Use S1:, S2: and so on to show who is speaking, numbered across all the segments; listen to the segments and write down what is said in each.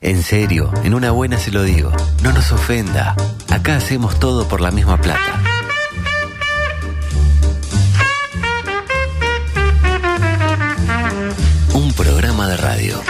S1: En serio, en una buena se lo digo, no nos ofenda. Acá hacemos todo por la misma plata. Un programa de radio.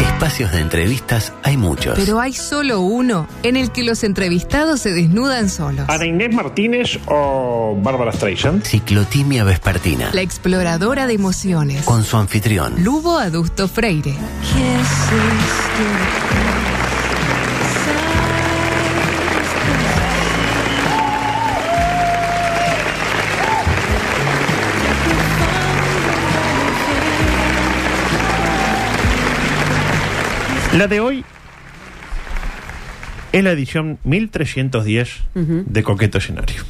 S1: Espacios de entrevistas hay muchos.
S2: Pero hay solo uno en el que los entrevistados se desnudan solos.
S3: ¿Ana Inés Martínez o Bárbara Streisand?
S1: Ciclotimia vespertina.
S2: La exploradora de emociones.
S1: Con su anfitrión.
S2: Lubo Adusto Freire.
S3: La de hoy es la edición 1310 de Coqueto Escenario.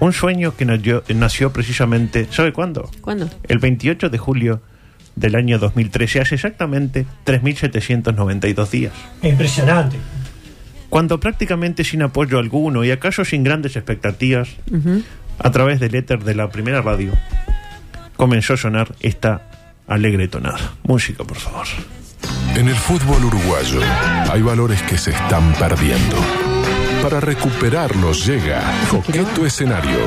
S3: Un sueño que nació, nació precisamente, ¿sabe cuándo?
S4: ¿Cuándo?
S3: El 28 de julio del año 2013, hace exactamente 3.792 días.
S5: Impresionante.
S3: Cuando prácticamente sin apoyo alguno y acaso sin grandes expectativas, a través del éter de la primera radio, comenzó a sonar esta alegre tonada. Música, por favor.
S6: En el fútbol uruguayo hay valores que se están perdiendo. Para recuperarlos llega Coqueto Escenario.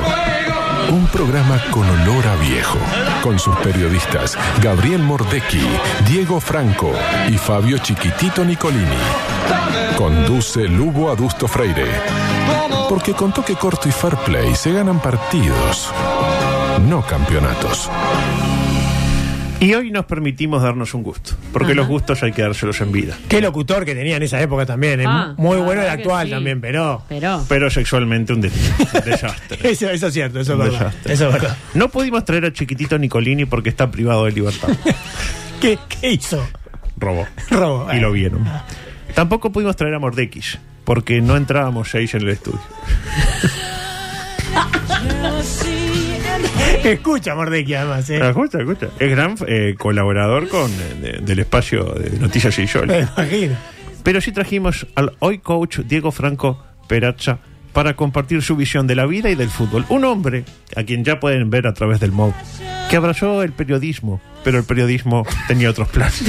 S6: Un programa con olor a viejo, con sus periodistas Gabriel Mordecki, Diego Franco y Fabio Chiquitito Nicolini. Conduce Lugo Adusto Freire, porque con toque corto y fair play se ganan partidos, no campeonatos.
S3: Y hoy nos permitimos darnos un gusto, porque los gustos hay que dárselos en vida.
S5: Qué locutor que tenía en esa época también. ¿eh?
S4: Ah,
S5: Muy
S4: la
S5: bueno el
S4: verdad que
S5: actual
S4: sí.
S5: también, pero.
S4: Pero.
S3: Pero sexualmente un, de- un desastre.
S5: Eso, eso es cierto, eso es
S3: Un
S5: verdad.
S3: desastre.
S5: Eso es verdad.
S3: No pudimos traer a Chiquitito Nicolini porque está privado de libertad.
S5: ¿Qué, qué hizo?
S3: Robó.
S5: Robo.
S3: Y lo vieron. Tampoco pudimos traer a Mordekis, porque no entrábamos seis en el estudio.
S5: Escucha, Mordecai, además. ¿eh?
S3: Ah, escucha, escucha. Es gran eh, colaborador con, eh, de- del espacio de Noticias y Sol.
S5: Me imagino.
S3: Pero sí trajimos al hoy coach Diego Franco Peracha para compartir su visión de la vida y del fútbol. Un hombre a quien ya pueden ver a través del MOB, que abrazó el periodismo, pero el periodismo tenía otros planes.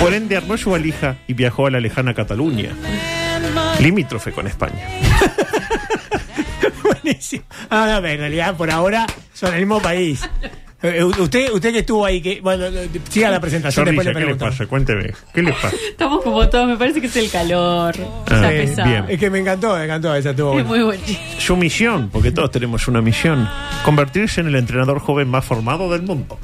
S3: Por ende armó su valija y viajó a la lejana Cataluña, limítrofe con España.
S5: Buenísimo. Ah, no, pero en realidad por ahora son el mismo país. Eh, eh, usted, usted que estuvo ahí, que, bueno, eh, siga la presentación,
S3: Zorrilla,
S5: después le
S3: ¿qué le
S5: pregunto.
S3: pasa? Cuénteme, ¿qué le pasa?
S4: Estamos como todos, me parece que es el calor.
S3: Ah,
S4: está
S3: eh,
S4: pesado.
S3: bien.
S5: Es que me encantó, me encantó esa estuvo
S4: Es
S5: buena.
S4: muy bueno.
S3: Su misión, porque todos tenemos una misión, convertirse en el entrenador joven más formado del mundo.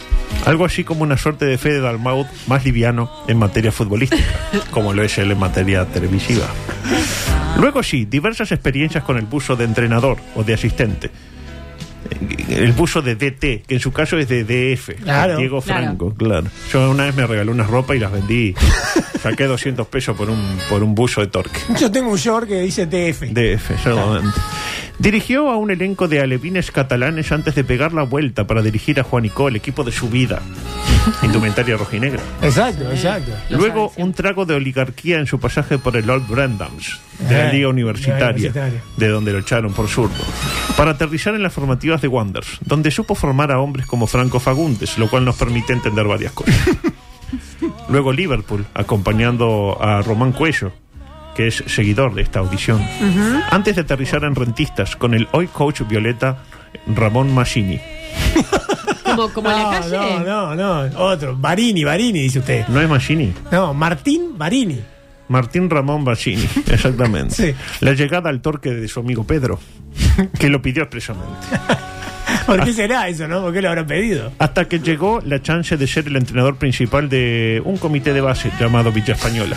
S3: Algo así como una suerte de Fede Dalmaut más liviano en materia futbolística, como lo es él en materia televisiva. Luego sí, diversas experiencias con el buzo de entrenador o de asistente. El buzo de DT, que en su caso es de DF,
S5: Claro.
S3: Diego
S4: Claro.
S3: Franco, claro. Yo una vez me regaló unas ropas y las vendí. Saqué 200 pesos por un, por un buzo de torque.
S5: Yo tengo un short que dice TF.
S3: DF, exactamente. Dirigió a un elenco de alevines catalanes antes de pegar la vuelta para dirigir a Juanico, el equipo de su vida. Indumentaria rojinegra.
S5: Exacto, exacto.
S4: Lo
S3: Luego
S4: sabe siempre.
S3: un trago de oligarquía en su pasaje por el Old Brandams de la
S5: Eh,
S3: Liga
S5: la Liga
S3: Universitaria,
S5: Universitaria.
S3: de donde lo echaron por zurdo, para aterrizar en las formativas de Wanders, donde supo formar a hombres como Franco Fagundes, lo cual nos permite entender varias cosas. Luego Liverpool, acompañando a Román Cuello, que es seguidor de esta audición, antes de aterrizar en Rentistas con el hoy coach Violeta Ramón Massini.
S4: Como, como
S5: no,
S4: la calle.
S5: no, no, no. Otro. Barini, Barini, dice usted.
S3: ¿No es Massini?
S5: No, Martín Barini.
S3: Martín Ramón Bassini, exactamente.
S5: Sí.
S3: La llegada al torque de su amigo Pedro, que lo pidió expresamente.
S5: ¿Por qué será eso, no? ¿Por qué lo habrán pedido?
S3: Hasta que llegó la chance de ser el entrenador principal de un comité de base llamado Villa Española.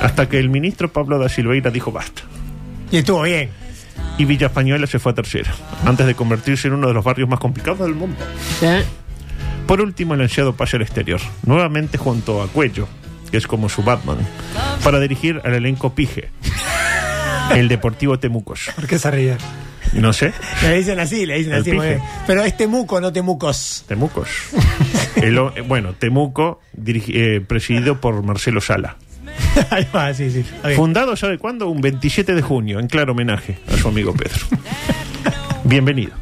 S3: Hasta que el ministro Pablo da Silveira dijo basta.
S5: Y estuvo bien.
S3: Y Villa Española se fue a tercera, antes de convertirse en uno de los barrios más complicados del mundo.
S4: Sí.
S3: Por último, el ansiado pase al exterior, nuevamente junto a Cuello, que es como su Batman, para dirigir al elenco Pige, el Deportivo Temucos.
S5: ¿Por qué se ríe?
S3: No sé.
S5: Le dicen así, le dicen
S3: El
S5: así. muy
S3: pije.
S5: bien. Pero es Temuco, no Temucos.
S3: Temucos. El o- eh, bueno, Temuco, dirigi- eh, presidido por Marcelo Sala.
S5: Ahí va, sí, sí. está bien.
S3: Fundado, ¿sabe cuándo? Un 27 de junio, en claro homenaje a su amigo Pedro. Bienvenido.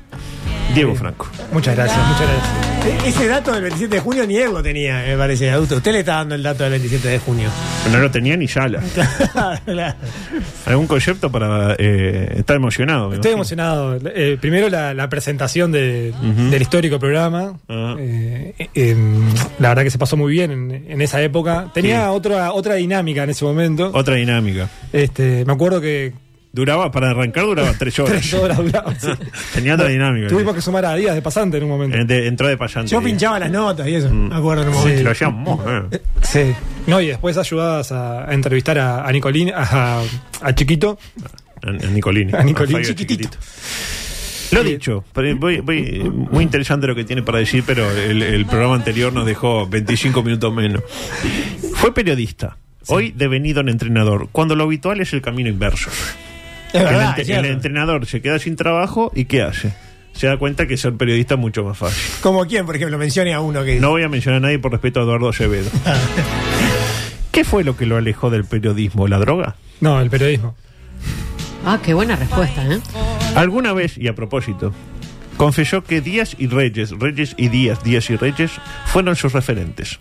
S3: Diego Franco.
S5: Muchas gracias, muchas gracias. E- Ese dato del 27 de junio ni él lo tenía, me parece, adulto. Usted le está dando el dato del 27 de junio.
S3: No lo tenía ni Sala.
S5: Claro.
S3: ¿Algún concepto para eh, estar emocionado? me
S7: Estoy
S3: imagino?
S7: emocionado. Eh, primero la, la presentación de- del histórico programa.
S3: Ah.
S7: Eh, eh, em, la verdad que se pasó muy bien en, en esa época. Tenía otra, otra dinámica en ese momento.
S3: Otra dinámica.
S7: Este, me acuerdo que
S3: Duraba, para arrancar duraba tres horas. Ah,
S7: tres horas duraba. sí.
S3: Tenía otra dinámica.
S7: Tuvimos que sumar a días de pasante en un momento.
S3: Eh, de- entró de pasante.
S5: Yo pinchaba las notas y eso, me acuerdo en un
S3: Sí,
S5: momento.
S3: Mm. lo llamó. eh.
S7: Sí. No, y después ayudabas a, a entrevistar a, a Nicolín, a, a- a Chiquito.
S3: A, a Nicolini.
S7: A Nicolini,
S3: Rafael
S7: chiquitito.
S3: Lo dicho, pero voy- voy- muy interesante lo que tiene para decir, pero el, el programa anterior nos dejó 25 minutos menos. Fue periodista, hoy devenido en entrenador, cuando lo habitual es el camino inverso.
S5: Es
S3: el,
S5: verdad,
S3: ente-
S5: es cierto.
S3: el entrenador se queda sin trabajo y ¿qué hace? Se da cuenta que ser periodista es mucho más fácil.
S5: Como quién, por ejemplo, mencione a uno que.
S3: No voy a mencionar a nadie por respeto a Eduardo Acevedo.
S5: Ah.
S3: ¿Qué fue lo que lo alejó del periodismo? ¿La droga?
S7: No, el periodismo.
S4: Ah, qué buena respuesta, ¿eh?
S3: Alguna vez, y a propósito, confesó que Díaz y Reyes, Reyes y Díaz, Díaz y Reyes, fueron sus referentes.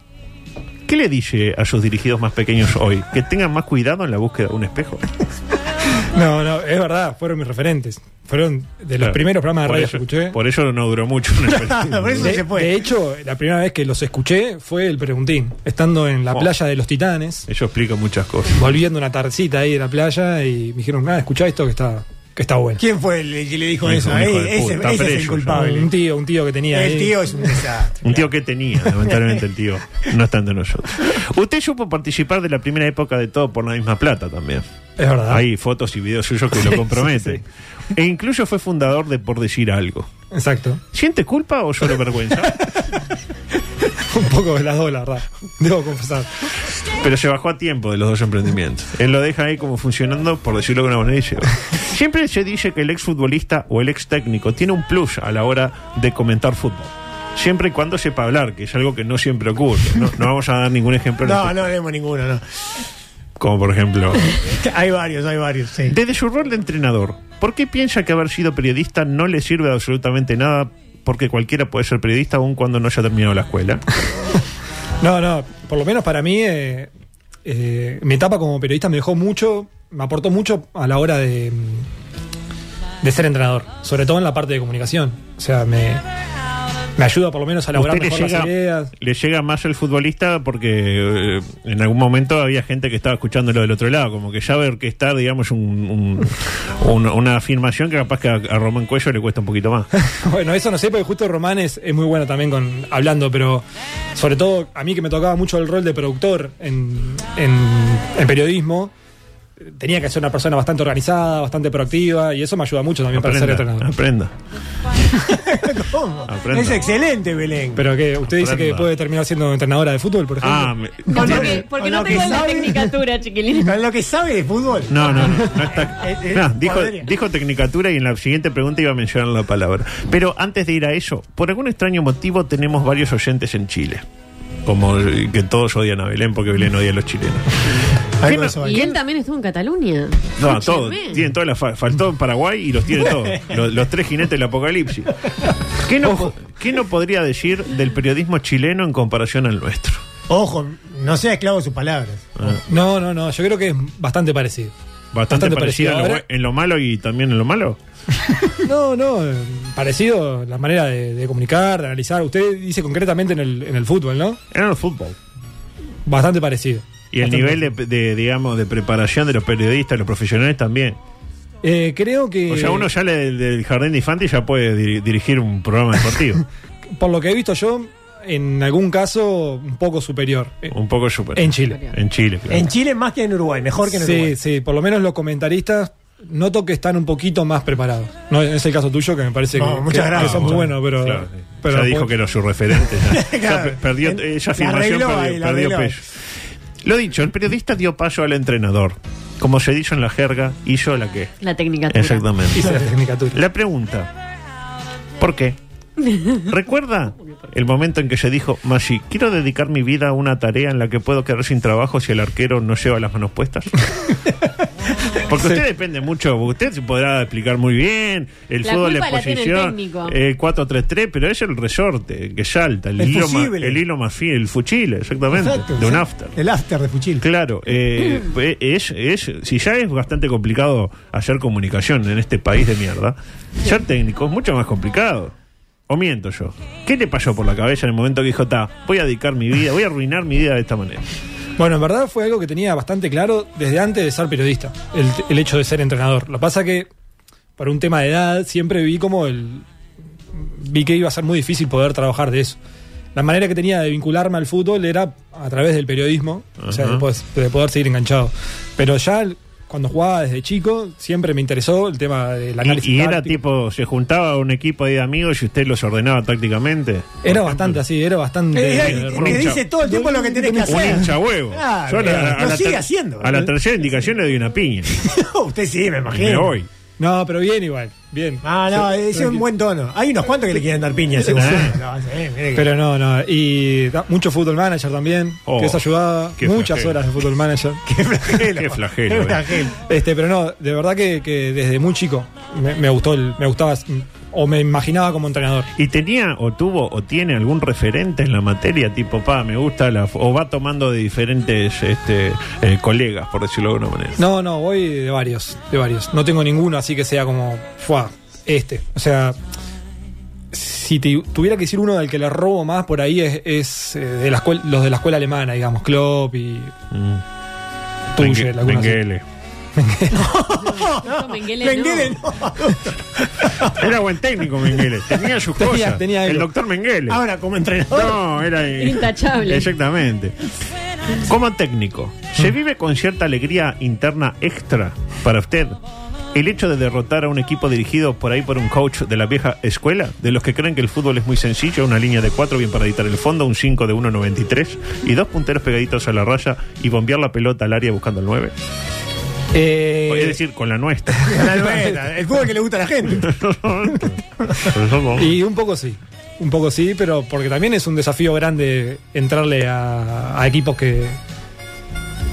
S3: ¿Qué le dice a sus dirigidos más pequeños hoy? Que tengan más cuidado en la búsqueda de un espejo.
S7: No, no, es verdad, fueron mis referentes. Fueron de los
S3: Claro.
S7: primeros programas de
S3: Por
S7: radio
S3: eso-
S7: que escuché.
S3: Por eso no duró mucho.
S5: Ah, Por eso
S7: De,
S5: se fue.
S7: de hecho, la primera vez que los escuché fue el Preguntín, estando en la
S3: Oh.
S7: playa de los Titanes,
S3: Eso explica muchas cosas.
S7: volviendo una tardecita ahí de la playa y me dijeron, ah, escuchá esto que está, que está bueno.
S5: ¿Quién fue el que le dijo
S3: Un hijo-
S5: eso?
S3: un hijo
S5: Ahí,
S3: de puta,
S5: ese
S3: está
S5: ese es el
S3: preso,
S5: culpable.
S7: Un tío, un tío que tenía
S5: El
S7: ahí.
S5: tío es un desastre.
S3: Un tío que tenía, lamentablemente el tío no estando nosotros. Usted supo participar de la primera época de todo por la misma plata también.
S7: Es
S5: ¿Ah?
S7: verdad.
S3: Hay fotos y videos suyos que lo comprometen. E incluso fue fundador de Por Decir Algo.
S7: Exacto.
S3: ¿Siente culpa o solo vergüenza?
S7: Un poco de las dos, la verdad. Debo confesar.
S3: Pero se bajó a tiempo de los dos emprendimientos. Él lo deja ahí como funcionando, por decirlo de una manera. y se va. Siempre se dice que el ex futbolista o el ex técnico tiene un plus a la hora de comentar fútbol. Siempre y cuando sepa hablar, que es algo que no siempre ocurre. No, no vamos a dar ningún ejemplo. en
S5: No,
S3: este-
S5: no leemos ninguno, no.
S3: Como por ejemplo,
S5: Hay varios, hay varios, sí.
S3: desde su rol de entrenador, ¿por qué piensa que haber sido periodista no le sirve de absolutamente nada? Porque cualquiera puede ser periodista aun cuando no haya terminado la escuela.
S7: No, no, por lo menos para mí, eh, eh, mi etapa como periodista me dejó mucho, me aportó mucho a la hora de, mm, de ser entrenador, sobre todo en la parte de comunicación. O sea, me, me ayuda por lo menos a elaborar
S3: Usted le
S7: mejor las
S3: llega,
S7: ideas.
S3: le llega más el futbolista porque eh, en algún momento había gente que estaba escuchándolo del otro lado, como que sabe orquestar, digamos, un- un- un- una afirmación que capaz que a, a Román Cuello le cuesta un poquito más.
S7: bueno, eso no sé, porque justo Román es, es muy bueno también con hablando, pero sobre todo a mí que me tocaba mucho el rol de productor en, en, en periodismo. eh, Tenía que ser una persona bastante organizada, bastante proactiva, y eso me ayuda mucho también para ser
S3: Aprenda,
S7: entrenador.
S3: aprenda.
S5: ¿Cómo?
S3: Aprenda.
S5: Es excelente, Belén.
S7: Pero que usted dice que
S3: Aprenda.
S7: puede terminar siendo entrenadora de fútbol, por ejemplo.
S3: Ah, me-
S4: No,
S5: lo
S4: porque
S5: que-
S4: porque
S5: con
S4: no
S5: lo que
S4: tengo la
S5: sabe-
S4: tecnicatura, chiquilín.
S5: Con lo que sabe de fútbol.
S3: No, no, no, no está-
S5: Eh, eh,
S3: No, dijo,
S5: podría.
S3: dijo tecnicatura y en la siguiente pregunta iba a mencionar la palabra. Pero antes de ir a eso, por algún extraño motivo tenemos varios oyentes en Chile. Como eh, que todos odian a Belén porque Belén odia a los chilenos.
S5: Algo
S3: ¿Qué no-
S5: de eso hay.
S4: Y él también estuvo en Cataluña.
S3: No,
S4: Escúcheme.
S3: todos. Tienen toda la fa- faltó en Paraguay y los tiene todos. los, los tres jinetes del apocalipsis. ¿Qué no, po- ¿Qué no podría decir del periodismo chileno en comparación al nuestro?
S5: Ojo, no sea esclavo de sus palabras.
S3: Ah.
S7: No, no, no, yo creo que es bastante parecido.
S3: Bastante, parecido, en lo
S7: Ahora-
S3: bu- en lo malo y también en lo malo.
S7: No, no, eh, parecido la manera de, de comunicar, de analizar. Usted dice concretamente en el, en el fútbol, ¿no?
S3: Era el fútbol.
S7: Bastante parecido.
S3: Y el
S7: Bastante
S3: nivel de, de, digamos, de preparación de los periodistas, los profesionales también.
S7: parecido. Eh, creo que.
S3: O sea, uno sale del, del jardín de infantes y ya puede diri- dirigir un programa deportivo.
S7: Por lo que he visto yo, en algún caso, un poco superior. eh,
S3: un poco super.
S7: En Chile.
S3: En Chile, claro.
S5: En Chile más que en Uruguay, mejor que en
S7: Sí,
S5: Uruguay.
S7: sí, por lo menos los comentaristas. Noto que están un poquito más preparados. No es el caso tuyo, que me parece
S5: No,
S7: que,
S5: muchas
S7: que- que
S5: gracias.
S7: son muy buenos, pero,
S3: Claro, sí.
S7: pero
S3: ya dijo
S7: pues-
S3: que era su referente. Ya, Ya per- perdió
S5: En-
S3: eh, esa
S5: la
S3: afirmación,
S5: arregló
S3: perdió,
S5: ahí, la
S3: perdió
S5: arregló.
S3: peso. Lo dicho, el periodista dio paso al entrenador. Como se dice en la jerga, hizo la que.
S4: La técnica tuya.
S3: Exactamente.
S7: Hice la tecnicatura.
S3: La pregunta, ¿por qué? ¿Recuerda el momento en que se dijo, Masi, quiero dedicar mi vida a una tarea en la que puedo quedar sin trabajo si el arquero no lleva las manos puestas? Porque usted depende mucho, usted se podrá explicar muy bien, el
S4: La
S3: fútbol de
S4: culpa la tiene el
S3: posición, eh,
S4: técnico.
S3: el 4-3-3, pero es el resorte que salta, el,
S5: El
S3: hilo, ma-
S5: fusible.
S3: el hilo más fino, el fuchile, exactamente,
S5: Exacto,
S3: de un
S5: sí.
S3: after.
S5: El after de Fuchil.
S3: Claro, eh, eh, es, es, si ya es bastante complicado hacer comunicación en este país de mierda, ser técnico es mucho más complicado. O miento yo. ¿Qué le pasó por la cabeza en el momento que dijo, ta, voy a dedicar mi vida, voy a arruinar mi vida de esta manera?
S7: Bueno, en verdad fue algo que tenía bastante claro desde antes de ser periodista, el, el hecho de ser entrenador. Lo que pasa que, por un tema de edad, siempre vi como el. Vi que iba a ser muy difícil poder trabajar de eso. La manera que tenía de vincularme al fútbol era a través del periodismo, o sea,
S3: Ajá.
S7: de poder, de poder seguir enganchado. Pero ya el- cuando jugaba desde chico, siempre me interesó el tema del análisis.
S3: Y, y era
S7: táctico.
S3: tipo, se juntaba un equipo ahí de amigos y usted los ordenaba tácticamente.
S7: Era bastante así, era bastante.
S5: Eh,
S3: eh,
S5: eh,
S3: roncha.
S5: te dice todo el tiempo lo que tenés que
S3: Un
S5: hacer.
S3: hincha huevo.
S5: Claro,
S3: Yo a la- a
S5: lo
S3: la
S5: sigue
S3: ter-
S5: haciendo. ¿eh?
S3: A la tercera indicación le doy una piña.
S5: Usted sí, me
S3: Y me
S5: imagino.
S3: voy.
S7: No, pero bien igual, bien.
S5: Ah, no, ese es un buen tono. Hay unos cuantos que le quieren dar piña, seguro. No, sí, mire que-
S7: Pero no, no. Y da- mucho fútbol manager también,
S3: Oh,
S7: que eso ayudaba.
S3: qué
S7: Muchas
S3: flagelo.
S7: horas de fútbol manager.
S5: Qué flagelo.
S3: Qué flagelo, eh.
S5: Qué flagelo.
S7: Este, pero no, de verdad que, que desde muy chico me, me gustó, el- me gustaba mm, o me imaginaba como entrenador.
S3: ¿Y tenía o tuvo o tiene algún referente en la materia? Tipo, pa, me gusta la... f- O va tomando de diferentes este, eh, colegas, por decirlo de alguna manera.
S7: No, no, voy de varios, de varios. No tengo ninguno así que sea como, fue este. O sea, si te- tuviera que decir uno del que le robo más por ahí es, es, eh, de la escuel- los de la escuela alemana, digamos, Klopp y
S3: Mm.
S7: Tuchel,
S3: Menge-
S7: algunos así.
S3: Mengele.
S4: No, Mengele no.
S5: Mengele no.
S3: Era buen técnico Mengele. Tenía sus
S7: Tenía-
S3: cosas.
S7: tenía
S3: El
S7: algo.
S3: doctor Mengele.
S5: Ahora, como entrenador.
S3: No, era eh,
S4: Intachable.
S3: Exactamente. Como técnico, ¿se vive con cierta alegría interna extra para usted el hecho de derrotar a un equipo dirigido por ahí por un coach de la vieja escuela? De los que creen que el fútbol es muy sencillo, una línea de cuatro bien para editar el fondo, un 5 de 1.93 y dos punteros pegaditos a la raya y bombear la pelota al área buscando el 9.
S7: Eh,
S3: es decir, con la nuestra.
S5: La novena, El fútbol que le gusta a la gente.
S7: Y un poco sí. Un poco sí, pero porque también es un desafío grande entrarle a, a equipos que,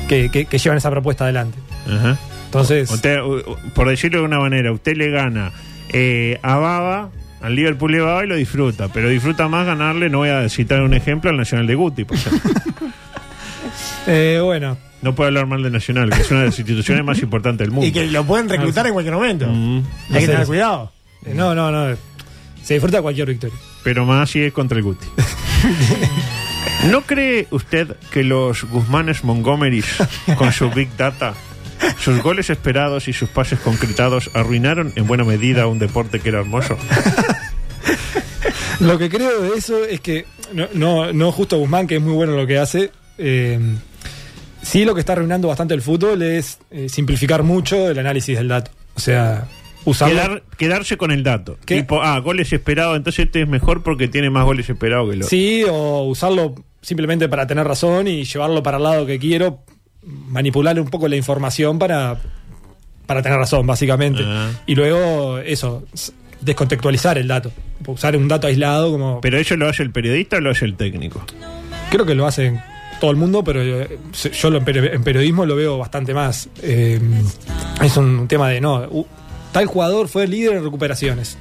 S7: que, que- que llevan esa propuesta adelante.
S3: Ajá.
S7: Entonces,
S3: Usted, u- u- por decirlo de una manera, usted le gana eh, a Baba, al Liverpool le Baba y lo disfruta, pero disfruta más ganarle, no voy a citar un ejemplo, al Nacional de Guti, por ejemplo.
S7: eh, bueno,
S3: No puedo hablar mal de Nacional, que es una de las instituciones más importantes del mundo.
S5: Y que lo pueden reclutar en cualquier momento.
S3: Ah, Mm,
S5: Hay que tener
S7: Sí.
S5: cuidado.
S7: eh, no, no, no. Se disfruta cualquier victoria.
S3: pero más si es contra el Guti. ¿No cree usted que los Guzmanes Montgomerys, con su Big Data, sus goles esperados y sus pases concretados arruinaron en buena medida un deporte que era hermoso?
S7: Lo que creo de eso es que, no, no, no justo Guzmán, que es muy bueno en lo que hace, eh, sí lo que está arruinando bastante el fútbol es eh, simplificar mucho el análisis del dato. O sea, usar...
S3: Quedar- quedarse con el dato.
S7: ¿Qué?
S3: Tipo, ah, goles esperados, entonces este es mejor porque tiene más goles esperados que el otro.
S7: Sí, o usarlo simplemente para tener razón y llevarlo para el lado que quiero, manipular un poco la información para, para tener razón, básicamente.
S3: Ah.
S7: Y luego, eso, s- descontextualizar el dato. Usar un dato aislado como...
S3: Pero eso lo hace el periodista o lo hace el técnico.
S7: creo que lo hacen todo el mundo, pero eh, se- yo lo en, peri- en periodismo lo veo bastante más. Eh, es un tema de, no, u- tal jugador fue líder en recuperaciones.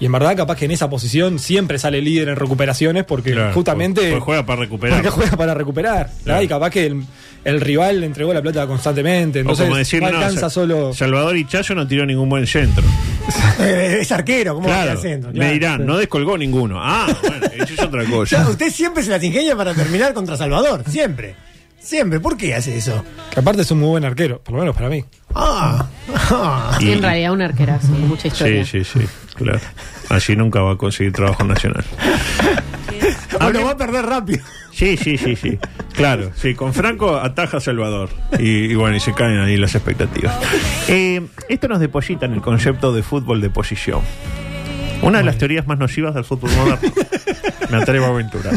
S7: Y en verdad, capaz que en esa posición siempre sale líder en recuperaciones porque
S3: Claro,
S7: justamente...
S3: porque juega para recuperar.
S7: Porque juega para recuperar. ¿verdad?
S3: Claro.
S7: Y capaz que el, el rival le entregó la plata constantemente.
S3: O
S7: Entonces
S3: como decir,
S7: no
S3: no,
S7: alcanza
S3: Sa-
S7: solo.
S3: Salvador Ichazo no tiró ningún buen centro.
S5: Eh, Es arquero, ¿cómo va a
S3: Claro,
S5: ir al centro?
S3: me
S5: Claro.
S3: dirán, no descolgó ninguno. Ah, bueno, eso es otra
S5: O sea,
S3: cosa.
S5: usted siempre se las ingenia para terminar contra Salvador. Siempre. Siempre. ¿Por qué hace eso?
S7: Que aparte es un muy buen arquero, por lo menos para mí.
S5: Ah. ah.
S3: Y-
S4: En realidad un arquerazo, con mucha historia.
S3: sí, sí, sí, claro. Así nunca va a conseguir trabajo nacional.
S5: O lo va a perder rápido.
S3: Sí, sí, sí, sí. Claro, sí, con Franco ataja a Salvador. Y, y bueno, y se caen ahí las expectativas. Eh, esto nos deposita en el concepto de fútbol de posición. Una de las teorías más nocivas del fútbol moderno. Me atrevo a aventurar.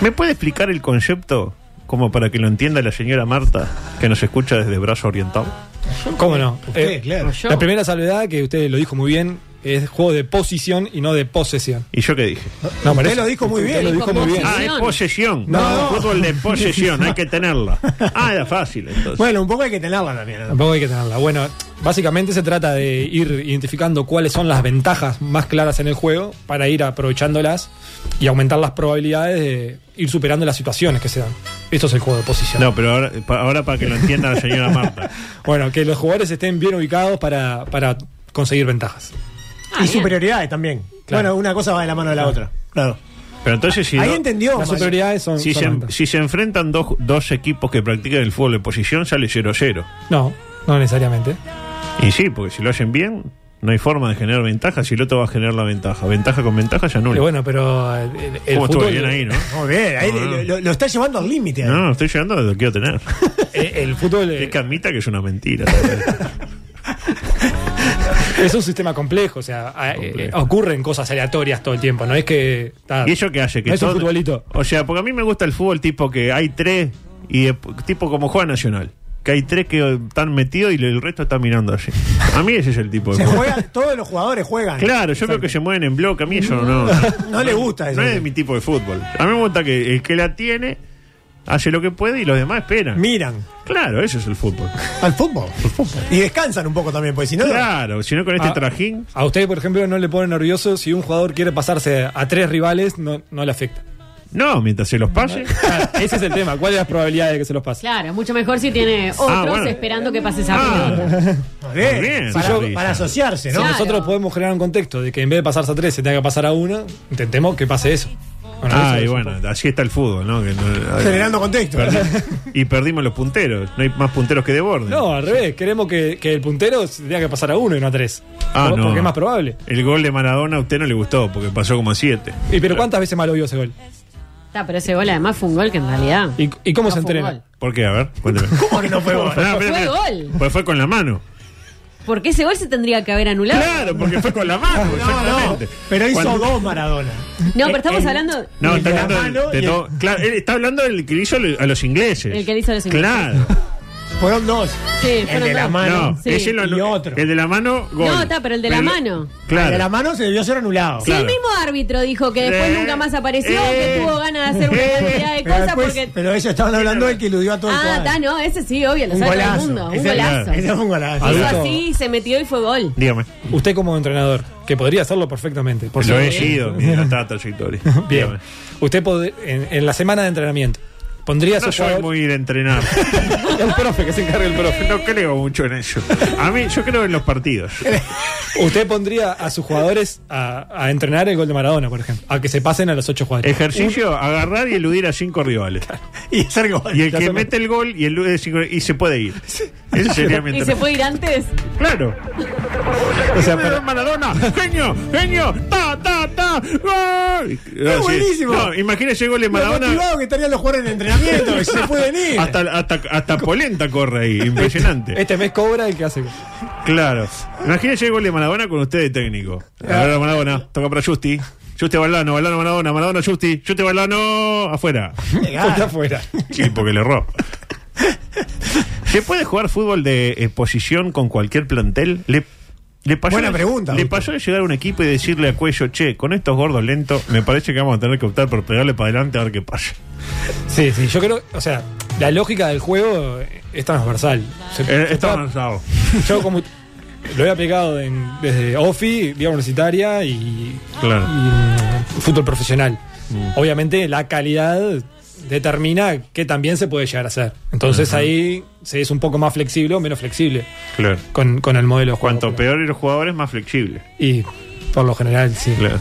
S3: ¿Me puede explicar el concepto como para que lo entienda la señora Marta, que nos escucha desde Brazo Oriental.
S7: ¿Cómo no?
S5: Usted,
S7: Eh,
S5: claro.
S4: Yo.
S7: La primera salvedad, que usted lo dijo muy bien, es juego de posición y no de posesión.
S3: ¿Y yo qué dije?
S7: No,
S5: Usted
S7: parece-
S5: lo dijo muy
S7: usted
S5: bien.
S7: lo dijo muy bien.
S3: Ah, es posesión.
S5: No.
S3: Fútbol de posesión, hay que tenerla. Ah, era fácil entonces.
S5: Bueno, un poco hay que tenerla también. ¿no?
S7: Tampoco hay que tenerla. Bueno, básicamente se trata de ir identificando cuáles son las ventajas más claras en el juego para ir aprovechándolas y aumentar las probabilidades de ir superando las situaciones que se dan. Esto es el juego de posición.
S3: No, pero ahora, pa- ahora para que lo entienda la señora Marta.
S7: Bueno, que los jugadores estén bien ubicados para, para conseguir ventajas.
S3: Ah,
S5: y superioridades también.
S7: Claro.
S5: Bueno, una cosa va de la mano de la otra.
S3: Claro. Pero entonces si,
S5: Ahí
S3: do-
S5: entendió.
S7: Las
S5: Mayo.
S7: superioridades son...
S3: si,
S7: son
S3: se,
S7: ventajas.
S3: si se enfrentan dos, dos equipos que practican el fútbol de posición, sale 0-0.
S7: No, no necesariamente. Eh,
S3: Y sí, porque si lo hacen bien, no hay forma de generar ventaja. Si el otro va a generar la ventaja, ventaja con ventaja ya
S7: Pero
S3: nula.
S7: bueno, pero el, el- el
S3: ¿Cómo estuvo
S7: fútbol,
S3: bien ahí, no?
S5: Muy bien, ahí
S3: Ah.
S5: lo, lo está llevando al límite. ahí.
S3: No, estoy llegando donde lo quiero tener.
S7: el- el fútbol, eh,
S3: Es que admita que es una mentira. tal vez.
S7: es un sistema complejo, o sea, a- eh,
S3: Complejo.
S7: ocurren cosas aleatorias todo el tiempo, no es que... ta,
S3: ¿Y eso qué hace? Que
S7: no es un
S3: todo-
S7: futbolito.
S3: O sea, porque a mí me gusta el fútbol tipo que hay tres y eh, tipo como Juega Nacional. Que hay tres que eh, están metidos y el resto está mirando así. A mí ese es el tipo de
S5: Se
S3: fútbol.
S5: juega, todos los jugadores juegan.
S3: Claro, yo creo que se mueven en bloque. A mí eso no. No,
S5: No le gusta eso.
S3: No es mi tipo de fútbol. A mí me gusta que el que la tiene hace lo que puede y los demás esperan.
S5: Miran
S3: Claro, eso es el fútbol.
S5: al fútbol. Y descansan un poco también, porque si no.
S3: Claro, si no con este
S7: Ah.
S3: trajín.
S7: A usted, por ejemplo, no le pone nervioso si un jugador quiere pasarse a tres rivales, no, no le afecta.
S3: No, mientras se los pase.
S7: Claro, ese es el tema. ¿Cuáles son las probabilidades de que se los pase?
S4: Claro, mucho mejor si tiene otros
S3: Ah, bueno.
S4: esperando que pases a
S3: Ah,
S5: Muy bien.
S3: Muy bien.
S5: Para,
S3: Si yo-
S5: para asociarse, ¿no?
S7: Si
S4: Claro.
S7: nosotros podemos generar un contexto de que en vez de pasarse a tres se tenga que pasar a uno, intentemos que pase eso. Bueno,
S3: Ah,
S7: eso
S3: y
S7: es un
S3: bueno, así está el fútbol, ¿no? Que no- ay,
S5: Generando contexto.
S3: perdi- y perdimos los punteros. No hay más punteros que de borde.
S7: No, al revés, queremos que, que el puntero se tenga que pasar a uno y no a tres.
S3: Ah,
S7: Por-
S3: no.
S7: Porque es más probable.
S3: El gol de Maradona a usted no le gustó porque pasó como a 7.
S7: ¿Y pero cuántas veces más lo vio ese gol?
S4: Está, pero ese gol además fue un gol que en realidad.
S7: ¿Y, y cómo
S4: no
S7: se
S4: fue un
S7: entrena?
S4: gol.
S3: ¿Por qué? A ver, cuénteme.
S5: ¿Cómo que no fue gol?
S3: Ah,
S4: Fue
S3: espérame.
S4: gol.
S3: Pues fue con la mano.
S4: Porque ese gol se tendría que haber anulado.
S3: Claro, porque fue con la mano.
S5: No, no.
S3: exactamente.
S5: Pero hizo
S3: Cuando-
S5: dos Maradona.
S4: No, pero
S3: Eh,
S4: estamos hablando.
S3: No,
S5: El
S3: está
S5: de la
S3: hablando,
S5: mano
S3: de
S5: y el-
S3: todo- claro, él está hablando del que le hizo a los ingleses.
S4: El que le hizo a los ingleses.
S3: Claro.
S5: Fueron dos.
S4: Sí,
S5: el
S4: fueron
S5: de la
S4: dos.
S5: mano.
S3: No,
S4: Sí.
S3: ese lo
S5: Y
S3: anu-
S5: otro. Ah,
S3: El de la mano, gol.
S4: No, está, pero el de la mano.
S3: Claro.
S5: El de la mano se debió ser anulado.
S4: Si
S3: Claro.
S4: el mismo árbitro dijo que después
S3: Eh,
S4: nunca más apareció,
S3: eh,
S4: que tuvo ganas de hacer una
S3: eh,
S4: cantidad de
S5: Pero,
S4: cosas
S5: después-
S4: porque.
S5: pero ellos estaban hablando del que iludió a todo el
S4: Ah,
S5: cuadro.
S4: está, no, ese sí, obvio, lo
S5: Un
S4: sabe todo el
S5: golazo.
S4: mundo. Un
S5: Ese-
S4: golazo.
S5: Ese
S4: Hizo
S5: fue un golazo.
S7: Adulto.
S4: así, se metió y fue gol.
S3: Dígame.
S7: Usted como entrenador, que podría hacerlo perfectamente. Por
S3: lo
S7: supuesto.
S3: he sido, mira, está trayectoria.
S7: Bien. Usted pod- en, en la semana de entrenamiento pondría a su
S3: No soy
S7: jugador-
S3: muy de entrenar.
S7: el profe que se encargue el profe.
S3: No creo mucho en eso. A mí, yo creo en los partidos.
S7: Usted pondría a sus jugadores a, a entrenar el gol de Maradona, por ejemplo, a que se pasen a los ocho jugadores.
S3: Ejercicio, agarrar y eludir a cinco rivales.
S5: Y hacer gol.
S3: Y el
S7: Ya
S3: que
S7: se me-
S3: mete el gol y elude cinco y se puede ir. Ese sería mi
S4: ¿Y se
S3: entrenamiento.
S4: puede ir antes?
S3: Claro.
S7: O sea,
S3: Pero
S7: para-
S3: Maradona, genio, genio, ta, ta, ta, gol. Ah, sí.
S5: buenísimo.
S3: No, imagínese gol de
S5: Lo
S3: Maradona.
S5: motivado que estarían los jugadores en el entrenamiento, que se pueden ir.
S3: Hasta, hasta, hasta Polenta corre ahí, impresionante.
S7: Ah, este mes cobra el que hace.
S3: Claro. Imagínese el gol de Maradona con usted de técnico. Ahora Maradona, toca para Justi. Justi Balano, Balano Maradona, Maradona Justi, Justi Balano, afuera.
S7: Está afuera.
S3: Sí, porque le erró. ¿Se puede jugar fútbol de eh, posición con cualquier plantel? Le, le pasó
S5: Buena
S3: de-
S5: pregunta,
S3: Le
S5: Víctor.
S3: pasó de llegar a un equipo y decirle a Cuello, che, con estos gordos lentos, me parece que vamos a tener que optar por pegarle para adelante a ver qué pasa.
S7: Sí, sí, yo creo, o sea, la lógica del juego eh, es transversal. Se-
S3: Eh,
S7: se
S3: estaba
S7: puede-
S3: avanzado.
S7: yo como lo he aplicado en- desde OFI, vía universitaria y,
S3: Claro.
S7: y, mm, fútbol profesional. Obviamente la calidad determina qué también se puede llegar a hacer. Entonces ahí se es un poco más flexible o menos flexible
S3: Claro.
S7: con, con el modelo de juego.
S3: Cuanto peor los jugadores, más flexible.
S7: Y por lo general, sí.
S3: Claro.